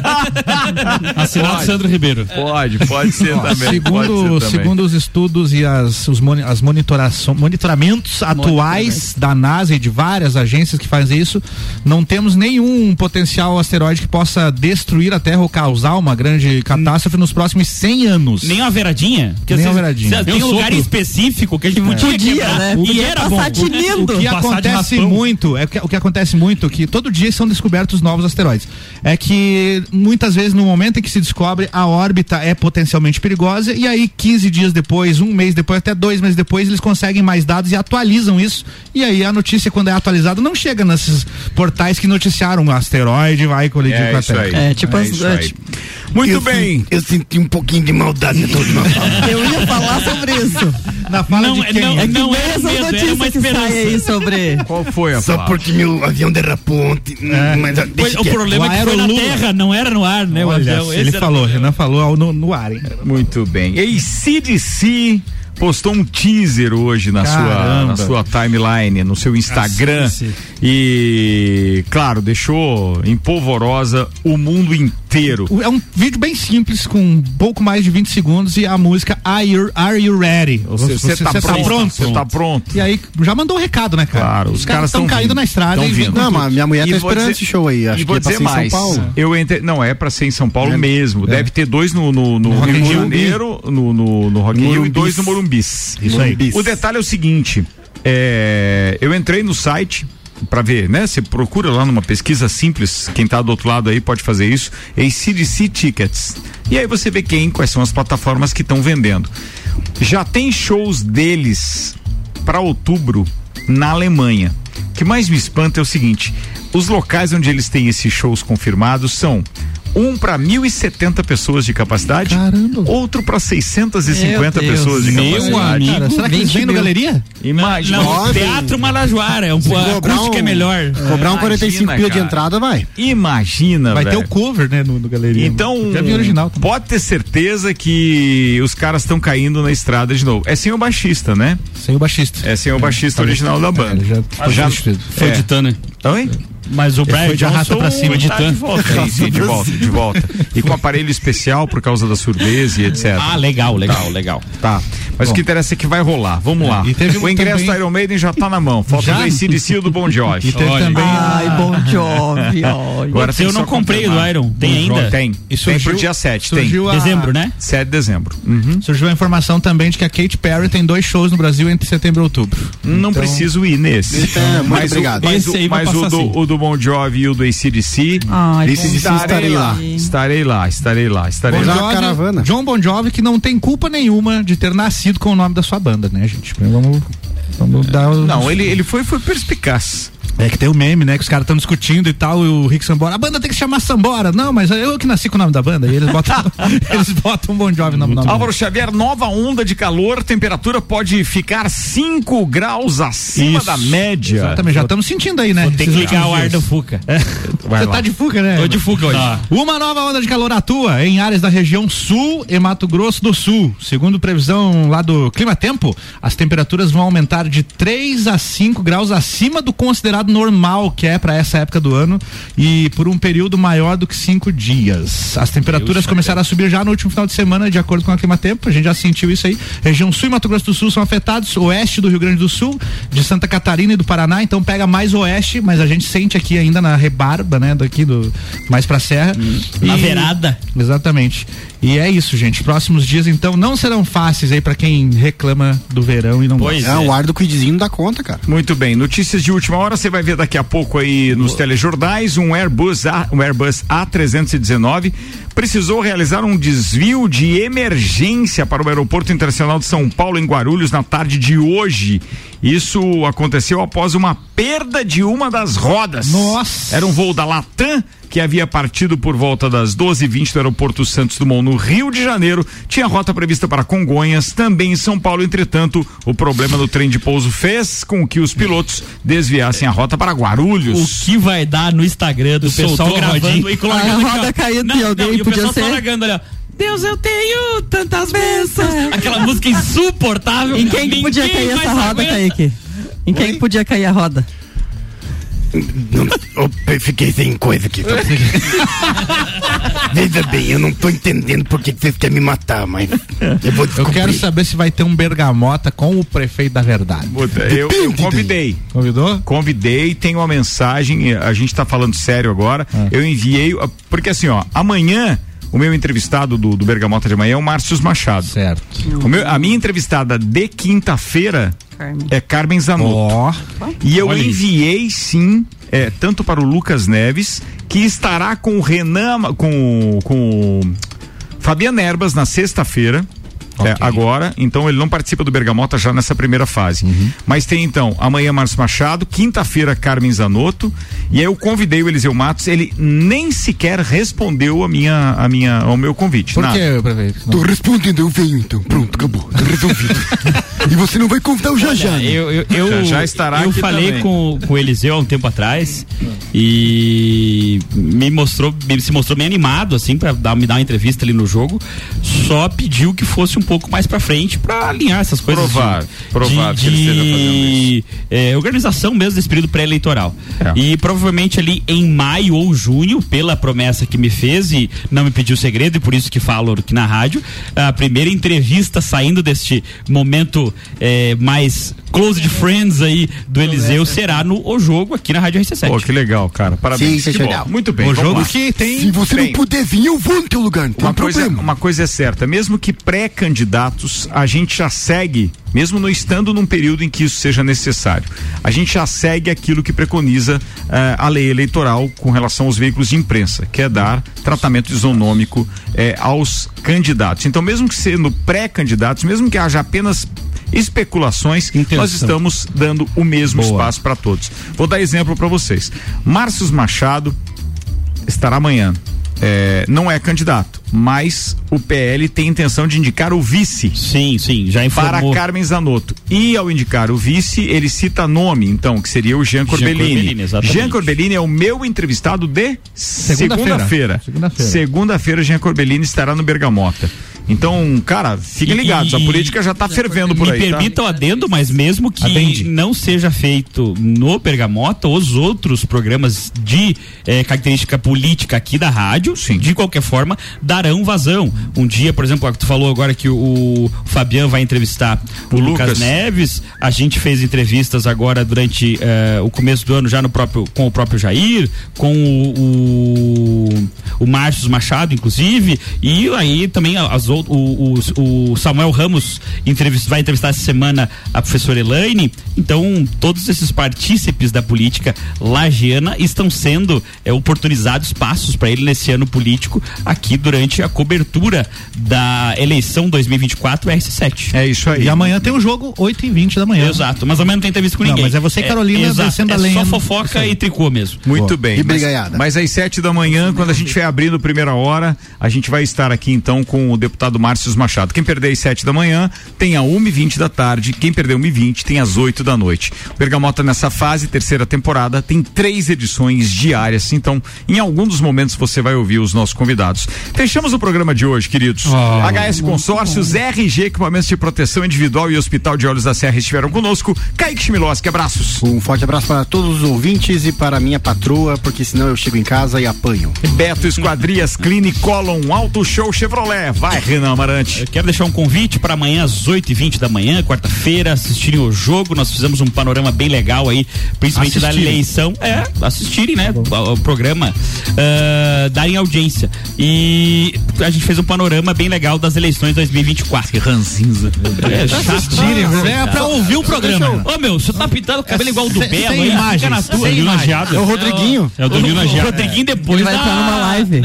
Speaker 5: Assinado
Speaker 1: Pode.
Speaker 5: Sandro Ribeiro.
Speaker 1: Pode, pode ser
Speaker 2: Ó,
Speaker 1: também.
Speaker 2: segundo,
Speaker 1: pode ser também.
Speaker 2: segundo os estudos e as, os moni- as monitoração, monitoramentos atuais da NASA e de várias agências que fazem isso, não temos nenhum potencial asteroide que possa destruir a Terra ou causar uma grande catástrofe nos próximos 100 anos.
Speaker 5: Hum. Nem uma veradinha? Porque
Speaker 2: Nem
Speaker 5: às
Speaker 2: uma
Speaker 5: vezes-
Speaker 2: veradinha.
Speaker 5: Tem
Speaker 2: Nem
Speaker 5: um
Speaker 2: um
Speaker 5: lugar
Speaker 2: sopro.
Speaker 5: específico que a gente podia, quebrar, E era bom.
Speaker 2: O que acontece muito, é que, o que acontece muito, é que todo dia são descobertos novos asteroides. É que muitas vezes no momento em que se descobre, a órbita é potencialmente perigosa, e aí 15 dias depois, um mês depois, até dois meses depois, eles conseguem mais dados e atualizam isso. E aí a notícia, quando é atualizada, não chega nesses portais que noticiaram o asteroide vai colidir
Speaker 1: É
Speaker 2: com a
Speaker 1: isso
Speaker 2: Terra.
Speaker 1: aí. É, tipo É as- isso é, aí. tipo- Muito
Speaker 6: eu
Speaker 1: bem.
Speaker 6: senti- eu senti um pouquinho de maldade na tua última fala.
Speaker 7: Eu ia falar sobre isso.
Speaker 2: Na fala
Speaker 5: Não,
Speaker 2: de quem?
Speaker 5: não,
Speaker 7: É que
Speaker 5: não
Speaker 7: não
Speaker 5: era
Speaker 7: essas
Speaker 5: medo, era uma
Speaker 7: notícias que
Speaker 5: esperança.
Speaker 7: saem aí sobre.
Speaker 1: Qual foi a
Speaker 6: Só
Speaker 1: fala?
Speaker 6: porque meu avião derrapou ontem.
Speaker 2: É.
Speaker 6: Mas, ó,
Speaker 5: Pois,
Speaker 6: deixa
Speaker 5: o
Speaker 6: quieto.
Speaker 5: problema é que foi na terra, não era no ar, né? o
Speaker 2: Olha,
Speaker 5: avião.
Speaker 2: ele
Speaker 5: Esse era-
Speaker 2: falou, Renan falou no, no ar, hein?
Speaker 1: Muito bem. E ACDC postou um teaser hoje na sua, na
Speaker 2: Caramba.
Speaker 1: sua timeline, no seu Instagram. E, claro, deixou em polvorosa o mundo inteiro.
Speaker 2: É um vídeo bem simples, com um pouco mais de 20 segundos, e a música Are You, Are you Ready?
Speaker 1: Você você tá, pronto? Você tá pronto?
Speaker 2: E aí já mandou o recado, né, cara?
Speaker 1: Claro, os caras
Speaker 2: tão
Speaker 1: tão
Speaker 2: caindo
Speaker 1: vindo,
Speaker 2: na estrada
Speaker 1: tão
Speaker 2: e vem
Speaker 1: vindo.
Speaker 2: com
Speaker 6: Não,
Speaker 2: tudo.
Speaker 6: mas minha mulher
Speaker 1: E
Speaker 6: tá
Speaker 1: vou
Speaker 6: esperando
Speaker 1: dizer-
Speaker 6: esse show aí. Acho
Speaker 1: e
Speaker 6: que
Speaker 1: vou
Speaker 6: é pra
Speaker 1: dizer
Speaker 6: ser em São
Speaker 1: mais.
Speaker 6: Paulo.
Speaker 1: Eu entre... Não, é pra ser em São Paulo
Speaker 6: É.
Speaker 1: mesmo. Deve ter dois no, no, no,
Speaker 2: Rock in
Speaker 1: Rio de
Speaker 2: Rio.
Speaker 1: Janeiro, no, no, no Rock in Rio e
Speaker 2: Morumbis.
Speaker 1: dois no Morumbis.
Speaker 2: Isso aí. Morumbis.
Speaker 1: O detalhe é o seguinte: é, eu entrei no site pra ver, né? Você procura lá numa pesquisa simples, quem tá do outro lado aí pode fazer isso, ACDC Tickets. E aí você vê quem, quais são as plataformas que estão vendendo. Já tem shows deles pra outubro na Alemanha. O que mais me espanta é o seguinte: os locais onde eles têm esses shows confirmados são um para 1.070 pessoas de capacidade, outro para 650
Speaker 5: Meu Deus.
Speaker 1: pessoas de
Speaker 5: Meu
Speaker 1: capacidade.
Speaker 5: amigo,
Speaker 2: Cara, será que eles
Speaker 5: 20
Speaker 2: vêm no
Speaker 5: mil.
Speaker 2: galeria?
Speaker 1: Imagina. um
Speaker 5: Não,
Speaker 1: Nossa.
Speaker 5: Teatro Marajoara, é um a
Speaker 6: cobrar
Speaker 5: acústica é
Speaker 6: um-
Speaker 5: melhor.
Speaker 6: Cobrar um 45
Speaker 1: Imagina,
Speaker 6: pila de
Speaker 1: cara.
Speaker 6: entrada, vai.
Speaker 1: Imagina,
Speaker 2: Vai
Speaker 1: velho.
Speaker 2: ter o cover, né, no, no galeria.
Speaker 1: Então,
Speaker 2: Já vi original também.
Speaker 1: pode ter certeza que os caras estão caindo na estrada de novo. É sem o baixista, né?
Speaker 2: Sem o baixista.
Speaker 1: É sem o baixista
Speaker 2: tá
Speaker 1: original da
Speaker 2: bem.
Speaker 1: banda.
Speaker 2: É, já foi substituído.
Speaker 5: Foi
Speaker 1: é.
Speaker 5: de Tânia.
Speaker 1: Oi?
Speaker 5: Mas o Brian
Speaker 2: foi de arrasta
Speaker 5: Johnson
Speaker 2: pra cima.
Speaker 5: foi de
Speaker 1: Tá
Speaker 5: Tânia.
Speaker 1: de volta, aí, sim, de volta, de volta. E com aparelho especial por causa da surdez e etc.
Speaker 5: Ah, legal, legal, legal.
Speaker 1: Tá. Mas o que interessa é que vai rolar. Vamos lá.
Speaker 2: e teve um
Speaker 1: o ingresso
Speaker 2: também-
Speaker 1: do Iron Maiden já tá na mão. Falta
Speaker 2: Já?
Speaker 1: o ACDC e o do Bon Jovi.
Speaker 2: E teve também- Ai, Bon Jovi,
Speaker 1: ó.
Speaker 2: olha.
Speaker 1: Agora tem
Speaker 5: Eu
Speaker 1: só
Speaker 5: não comprei
Speaker 1: confirmar.
Speaker 5: do Iron. Tem
Speaker 1: Bon Jovi
Speaker 5: ainda?
Speaker 1: Tem.
Speaker 5: E
Speaker 1: tem
Speaker 5: surgiu-
Speaker 1: pro dia 7.
Speaker 2: surgiu
Speaker 1: tem.
Speaker 2: a- Dezembro, né?
Speaker 1: 7 de dezembro.
Speaker 2: Surgiu a informação também de que a Kate Perry tem dois shows no Brasil entre setembro e outubro.
Speaker 1: Não
Speaker 6: Então,
Speaker 1: preciso ir nesse.
Speaker 2: Então,
Speaker 6: é,
Speaker 1: mas O, mas o, mas o do,
Speaker 2: assim.
Speaker 1: o do Bon Jovi e o do ACDC.
Speaker 2: Ai,
Speaker 1: esse
Speaker 2: Bon Jovi.
Speaker 1: estarei
Speaker 2: Estarei
Speaker 1: lá.
Speaker 2: lá.
Speaker 1: Estarei lá, estarei lá, estarei
Speaker 2: Bon
Speaker 1: lá.
Speaker 2: Jovi- John Bon Jovi, que não tem culpa nenhuma de ter nascido com o nome da sua banda, né, gente? Vamos, vamos dar os...
Speaker 1: Não, ele, ele foi, foi perspicaz.
Speaker 2: É que tem o meme, né? Que os caras estão discutindo e tal, e o Rick Sambora. A banda tem que se chamar Sambora. Não, mas é eu que nasci com o nome da banda. E eles botam, eles botam um Bon Jovi no nome.
Speaker 1: Álvaro Xavier, nova onda de calor, temperatura pode ficar 5 graus acima
Speaker 2: Isso.
Speaker 1: da média.
Speaker 2: Exatamente, já estamos sentindo aí, né?
Speaker 1: ter que ligar o ar da
Speaker 5: Fuca.
Speaker 1: Vai
Speaker 2: Você
Speaker 1: lá.
Speaker 2: tá de fuga, né?
Speaker 1: Tô de fuga hoje.
Speaker 2: Tá. Uma nova onda de calor atua em áreas da região sul e Mato Grosso do Sul. Segundo previsão lá do Clima Tempo, as temperaturas vão aumentar de 3 a 5 graus acima do considerado normal, que é para essa época do ano, e por um período maior do que 5 dias. As temperaturas começaram a subir já no último final de semana, de acordo com o Clima Tempo. A gente já sentiu isso aí. Região sul e Mato Grosso do Sul são afetados, oeste do Rio Grande do Sul, de Santa Catarina e do Paraná, então pega mais oeste, mas a gente sente aqui ainda na rebarba, né, daqui do mais pra serra.
Speaker 1: Uhum.
Speaker 5: Na verada.
Speaker 2: Exatamente. E é isso, gente. Próximos dias então não serão fáceis aí pra quem reclama do verão e não
Speaker 1: Pois é. É, o ar
Speaker 2: do cuidizinho dá conta, cara.
Speaker 1: Muito bem, notícias de última hora, você vai ver daqui a pouco aí nos telejornais, um Airbus, A, um Airbus A319 precisou realizar um desvio de emergência para o Aeroporto Internacional de São Paulo em Guarulhos na tarde de hoje. Isso aconteceu após uma perda de uma das rodas. Nossa! Era um voo da Latam que havia partido por volta das 12h20 do aeroporto Santos Dumont, no Rio de Janeiro, tinha rota prevista para Congonhas, também em São Paulo. Entretanto, o problema no trem de pouso fez com que os pilotos desviassem a rota para Guarulhos.
Speaker 5: O que vai dar no Instagram do
Speaker 1: Soltou
Speaker 5: pessoal
Speaker 1: a
Speaker 5: gravando
Speaker 1: rodinha.
Speaker 5: e colocando.
Speaker 1: A roda
Speaker 5: caindo não, alguém não, e o
Speaker 1: podia
Speaker 5: pessoal só
Speaker 1: ser.
Speaker 5: largando, olha. Deus, eu tenho tantas bênçãos. Aquela música insuportável.
Speaker 7: Em quem que podia
Speaker 5: Ninguém
Speaker 7: cair
Speaker 5: mais
Speaker 7: essa roda,
Speaker 5: aguenta.
Speaker 7: Kaique? Em quem que podia cair a roda?
Speaker 6: Eu fiquei sem coisa aqui. Tô... Veja bem, eu não tô entendendo por que que vocês querem me matar, mas eu vou
Speaker 2: Eu
Speaker 6: descobrir.
Speaker 2: quero saber se vai ter um bergamota com o prefeito da verdade.
Speaker 1: Puta, eu, eu convidei.
Speaker 2: Convidou?
Speaker 1: Convidei, tem uma mensagem, a gente tá falando sério agora. Eu enviei, ah, porque assim, ó, amanhã. O meu entrevistado do, do Bergamota de Manhã é o Márcio Machado.
Speaker 2: Certo.
Speaker 1: a minha entrevistada de quinta-feira
Speaker 7: Carmen.
Speaker 1: é Carmen Zanotto. E eu enviei sim, é, tanto para o Lucas Neves, que estará com o Renan, Ma- com, o- com o Fabiano Erbas na sexta-feira. é, agora, então ele não participa do Bergamota já nessa primeira fase.
Speaker 6: Uhum.
Speaker 1: Mas tem então, amanhã Márcio Machado, quinta-feira Carmen Zanotto, e aí eu convidei o Eliseu Matos, ele nem sequer respondeu a minha, a minha, ao meu convite.
Speaker 2: Por
Speaker 1: nada.
Speaker 2: que, prefeito?
Speaker 6: Tô respondendo, eu venho então. Pronto, acabou. Tá resolvido. e você não vai convidar o
Speaker 5: Olha,
Speaker 6: Jajá. né?
Speaker 5: Eu, eu, eu, eu falei
Speaker 6: também.
Speaker 5: com, com o Eliseu há um tempo atrás e me mostrou, me- se mostrou bem animado, assim, pra dar, me dar uma entrevista ali no jogo. Só pediu que fosse um pouco mais pra frente pra alinhar essas coisas.
Speaker 1: Provável,
Speaker 5: de,
Speaker 1: provável
Speaker 5: de,
Speaker 1: que ele esteja
Speaker 5: de, é, organização mesmo desse período pré-eleitoral.
Speaker 1: É.
Speaker 5: E provavelmente ali em maio ou junho, pela promessa que me fez e não me pediu segredo, e por isso que falo aqui na rádio, a primeira entrevista saindo deste momento é, mais close de friends aí do Eliseu será no O Jogo aqui na Rádio RC7. Pô,
Speaker 1: que legal, cara. Parabéns, que bom. Muito bem,
Speaker 5: O
Speaker 1: vamos
Speaker 5: jogo
Speaker 1: lá.
Speaker 5: que tem
Speaker 6: Se você
Speaker 1: Bem.
Speaker 6: não puder vir, eu vou no teu lugar. Não tem um
Speaker 1: Uma coisa,
Speaker 6: problema.
Speaker 1: uma coisa é certa, mesmo que pré-candidatos, a gente já segue, mesmo não estando num período em que isso seja necessário, a gente já segue aquilo que preconiza eh, a lei eleitoral com relação aos veículos de imprensa, que é dar tratamento isonômico eh, aos candidatos. Então, mesmo que sendo pré-candidatos, mesmo que haja apenas especulações, nós estamos dando o mesmo espaço para todos. Vou dar exemplo para vocês. Márcios Machado, estará amanhã. É, não é candidato, mas o PL tem intenção de indicar o vice.
Speaker 5: Sim, sim, já
Speaker 1: Para
Speaker 5: informou.
Speaker 1: Carmen Zanotto. E ao indicar o vice, ele cita nome, então, que seria o Jean Corbellini.
Speaker 5: Corbellini, exatamente.
Speaker 1: Jean Corbellini é o meu entrevistado de
Speaker 2: Segunda-feira.
Speaker 1: segunda-feira.
Speaker 2: Segunda-feira.
Speaker 1: Segunda-feira, Jean Corbellini estará no Bergamota. Então, cara, fiquem
Speaker 5: E-
Speaker 1: ligados, a
Speaker 5: e-
Speaker 1: política já tá fervendo por
Speaker 5: me
Speaker 1: aí. tá?
Speaker 5: permita o adendo, mas mesmo que não seja feito no Bergamota, os outros programas de eh, característica política aqui da rádio, de qualquer forma, darão vazão. Um dia, por exemplo, tu falou agora que o Fabian vai entrevistar o, Lucas.
Speaker 1: Lucas.
Speaker 5: Neves. A gente fez entrevistas agora durante eh, o começo do ano já no próprio, com o próprio Jair, com o, o, o Márcio Machado, inclusive, e aí também as ou- o, o, o Samuel Ramos entrevist, vai entrevistar essa semana a professora Elaine. Então, todos esses partícipes da política lagiana estão sendo eh, oportunizados passos para ele nesse ano político aqui durante a cobertura da eleição 2024 RC7.
Speaker 1: É isso
Speaker 2: E amanhã tem um jogo 8 e 20 da manhã.
Speaker 5: Exato, mas amanhã não tem entrevista com
Speaker 2: Não,
Speaker 5: ninguém.
Speaker 2: mas é você e Carolina
Speaker 5: exato,
Speaker 2: descendo a
Speaker 5: é
Speaker 2: lenha.
Speaker 5: Só fofoca e tricô mesmo.
Speaker 1: Muito bem. mas- Mas, às sete da manhã, quando a gente estiver abrindo primeira hora, a gente vai estar aqui então com o deputado Márcio Machado. Quem perder às sete da manhã tem a uma e vinte da tarde, quem perder uma e vinte tem às oito da noite. O Bergamota nessa fase, terceira temporada, tem três edições diárias, então em algum dos momentos você vai ouvir os nossos convidados. Fechamos o programa de hoje, queridos. HS Consórcios, RG Equipamentos de Proteção Individual e Hospital de Olhos da Serra estiveram conosco. Kaique Schmiloski, abraços.
Speaker 6: Um forte abraço para todos os ouvintes e para minha patroa, porque senão eu chego em casa e apanho.
Speaker 1: Beto Esquadrias Clinicolon Auto Show Chevrolet. Vai, Renan Amarante.
Speaker 5: Eu quero deixar um convite para amanhã às 8 e 20 da manhã, quarta-feira, assistirem o jogo. Nós fizemos um panorama bem legal aí, principalmente da
Speaker 4: Assistirem.
Speaker 5: eleição. É, assistirem, né? O, o programa, ah, darem audiência. E a gente fez um panorama bem legal das eleições 2024. Que
Speaker 1: ranzinza.
Speaker 5: É, chato.
Speaker 2: Assistirem,
Speaker 5: Ah,
Speaker 2: é pra ouvir o programa.
Speaker 5: Ô, meu, você tá pintando o cabelo igual o do
Speaker 2: Sem-
Speaker 5: Belo,
Speaker 2: sem
Speaker 5: aí,
Speaker 2: imagens,
Speaker 5: fica na
Speaker 2: sem
Speaker 5: tua, Nil
Speaker 2: imagens.
Speaker 5: Nageada.
Speaker 2: É o Rodriguinho.
Speaker 5: É o do Nil Nageada.
Speaker 2: O Rodriguinho
Speaker 5: depois
Speaker 7: Ele vai
Speaker 5: da-
Speaker 7: estar numa live.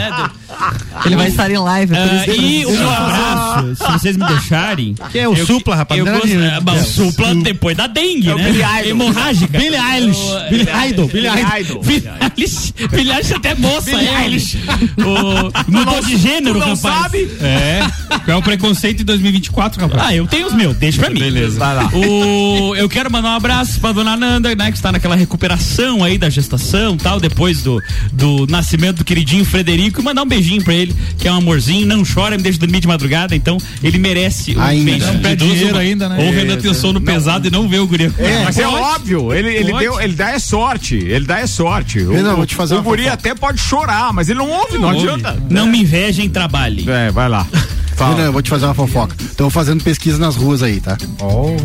Speaker 7: Ele vai estar em
Speaker 2: É
Speaker 7: live. por
Speaker 5: Ah,
Speaker 7: isso que
Speaker 5: e
Speaker 7: eu não
Speaker 5: um
Speaker 7: sei.
Speaker 5: abraço, se vocês me deixarem.
Speaker 2: Que é o Supla, rapaz,
Speaker 5: Eu
Speaker 2: não era
Speaker 5: gosto-
Speaker 2: de-
Speaker 5: ah, mas
Speaker 2: é,
Speaker 5: o Supla depois da dengue,
Speaker 2: É o
Speaker 5: né?
Speaker 2: Billy Idol.
Speaker 5: Hemorrágica.
Speaker 2: Billy Eilish.
Speaker 5: O-
Speaker 2: Billy
Speaker 5: é,
Speaker 2: Idol. Billy Idol.
Speaker 5: Billy Eilish. Billy Eilish até moça,
Speaker 2: Billy
Speaker 5: é.
Speaker 2: Eilish.
Speaker 5: O- Mudou de gênero, rapaz.
Speaker 4: É. Qual é o preconceito em 2024, rapaz?
Speaker 5: Ah, eu tenho os meus, deixa pra mim.
Speaker 4: Beleza. Vai lá.
Speaker 5: O, eu quero mandar um abraço pra dona Nanda, né, que está naquela recuperação aí da gestação tal, depois do, do nascimento do queridinho Frederico, e mandar um beijinho pra ele, que é um amorzinho, não chora, me deixa dormir de madrugada, então ele merece um
Speaker 2: Ainda.
Speaker 5: beijinho.
Speaker 2: Não pede
Speaker 5: De
Speaker 2: dinheiro
Speaker 5: duas,
Speaker 2: ainda, né?
Speaker 5: Ou o Renan
Speaker 2: É,
Speaker 5: tem o sono pesado e não vê o guri.
Speaker 1: É, mas é óbvio, ele, ele,
Speaker 5: Pode.
Speaker 1: deu, ele dá é sorte, ele dá é sorte. O,
Speaker 5: Renan, vou te fazer
Speaker 1: o
Speaker 5: uma
Speaker 1: guri
Speaker 5: fofoca.
Speaker 1: até pode chorar, mas ele não ouve, não,
Speaker 5: Ouve.
Speaker 1: adianta.
Speaker 5: Não me invejem, trabalhe.
Speaker 1: É, vai lá.
Speaker 6: Renan, eu vou te fazer uma fofoca. Estão fazendo pesquisa nas ruas aí, tá?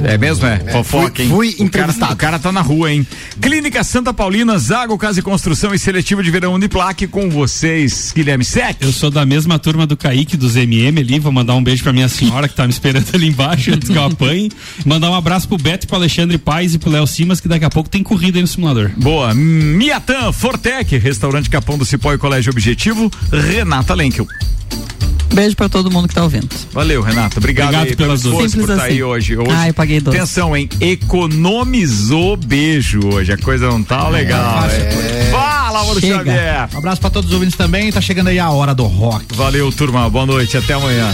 Speaker 1: É mesmo, é? Fofoca,
Speaker 6: fui-
Speaker 1: hein?
Speaker 6: fui
Speaker 1: o, cara,
Speaker 6: entrevistado.
Speaker 1: o cara tá na rua, hein? Clínica Santa Paulina, Zago Casa e Construção e Seletiva de Verão Uniplaque com vocês, Guilherme Sec.
Speaker 4: Eu sou da mesma turma do Kaique, dos MM ali. Vou mandar um beijo pra minha senhora que tá me esperando ali embaixo antes que eu apanhe. Mandar um abraço pro Beto, pro Alexandre Paes e pro Léo Simas, que daqui a pouco tem corrida aí no simulador.
Speaker 1: Boa. Miatan, Fortec, Restaurante Capão do Cipó e Colégio Objetivo, Renata Lenkel.
Speaker 7: Beijo pra todo mundo que tá ouvindo.
Speaker 1: Valeu, Renata. Obrigado,
Speaker 7: Obrigado
Speaker 1: aí
Speaker 7: pelas
Speaker 1: pelo
Speaker 7: duas.
Speaker 1: esforço por
Speaker 7: Simples
Speaker 1: estar aí
Speaker 7: assim.
Speaker 1: hoje. hoje.
Speaker 7: Ah, eu paguei doce.
Speaker 1: Atenção, hein? Economizou beijo hoje. A coisa não tá legal. é. Fala, Mauro
Speaker 2: Chega.
Speaker 1: Xavier.
Speaker 2: Um abraço pra todos os ouvintes também. Tá chegando aí a hora do rock.
Speaker 1: Valeu, turma. Boa noite. Até amanhã.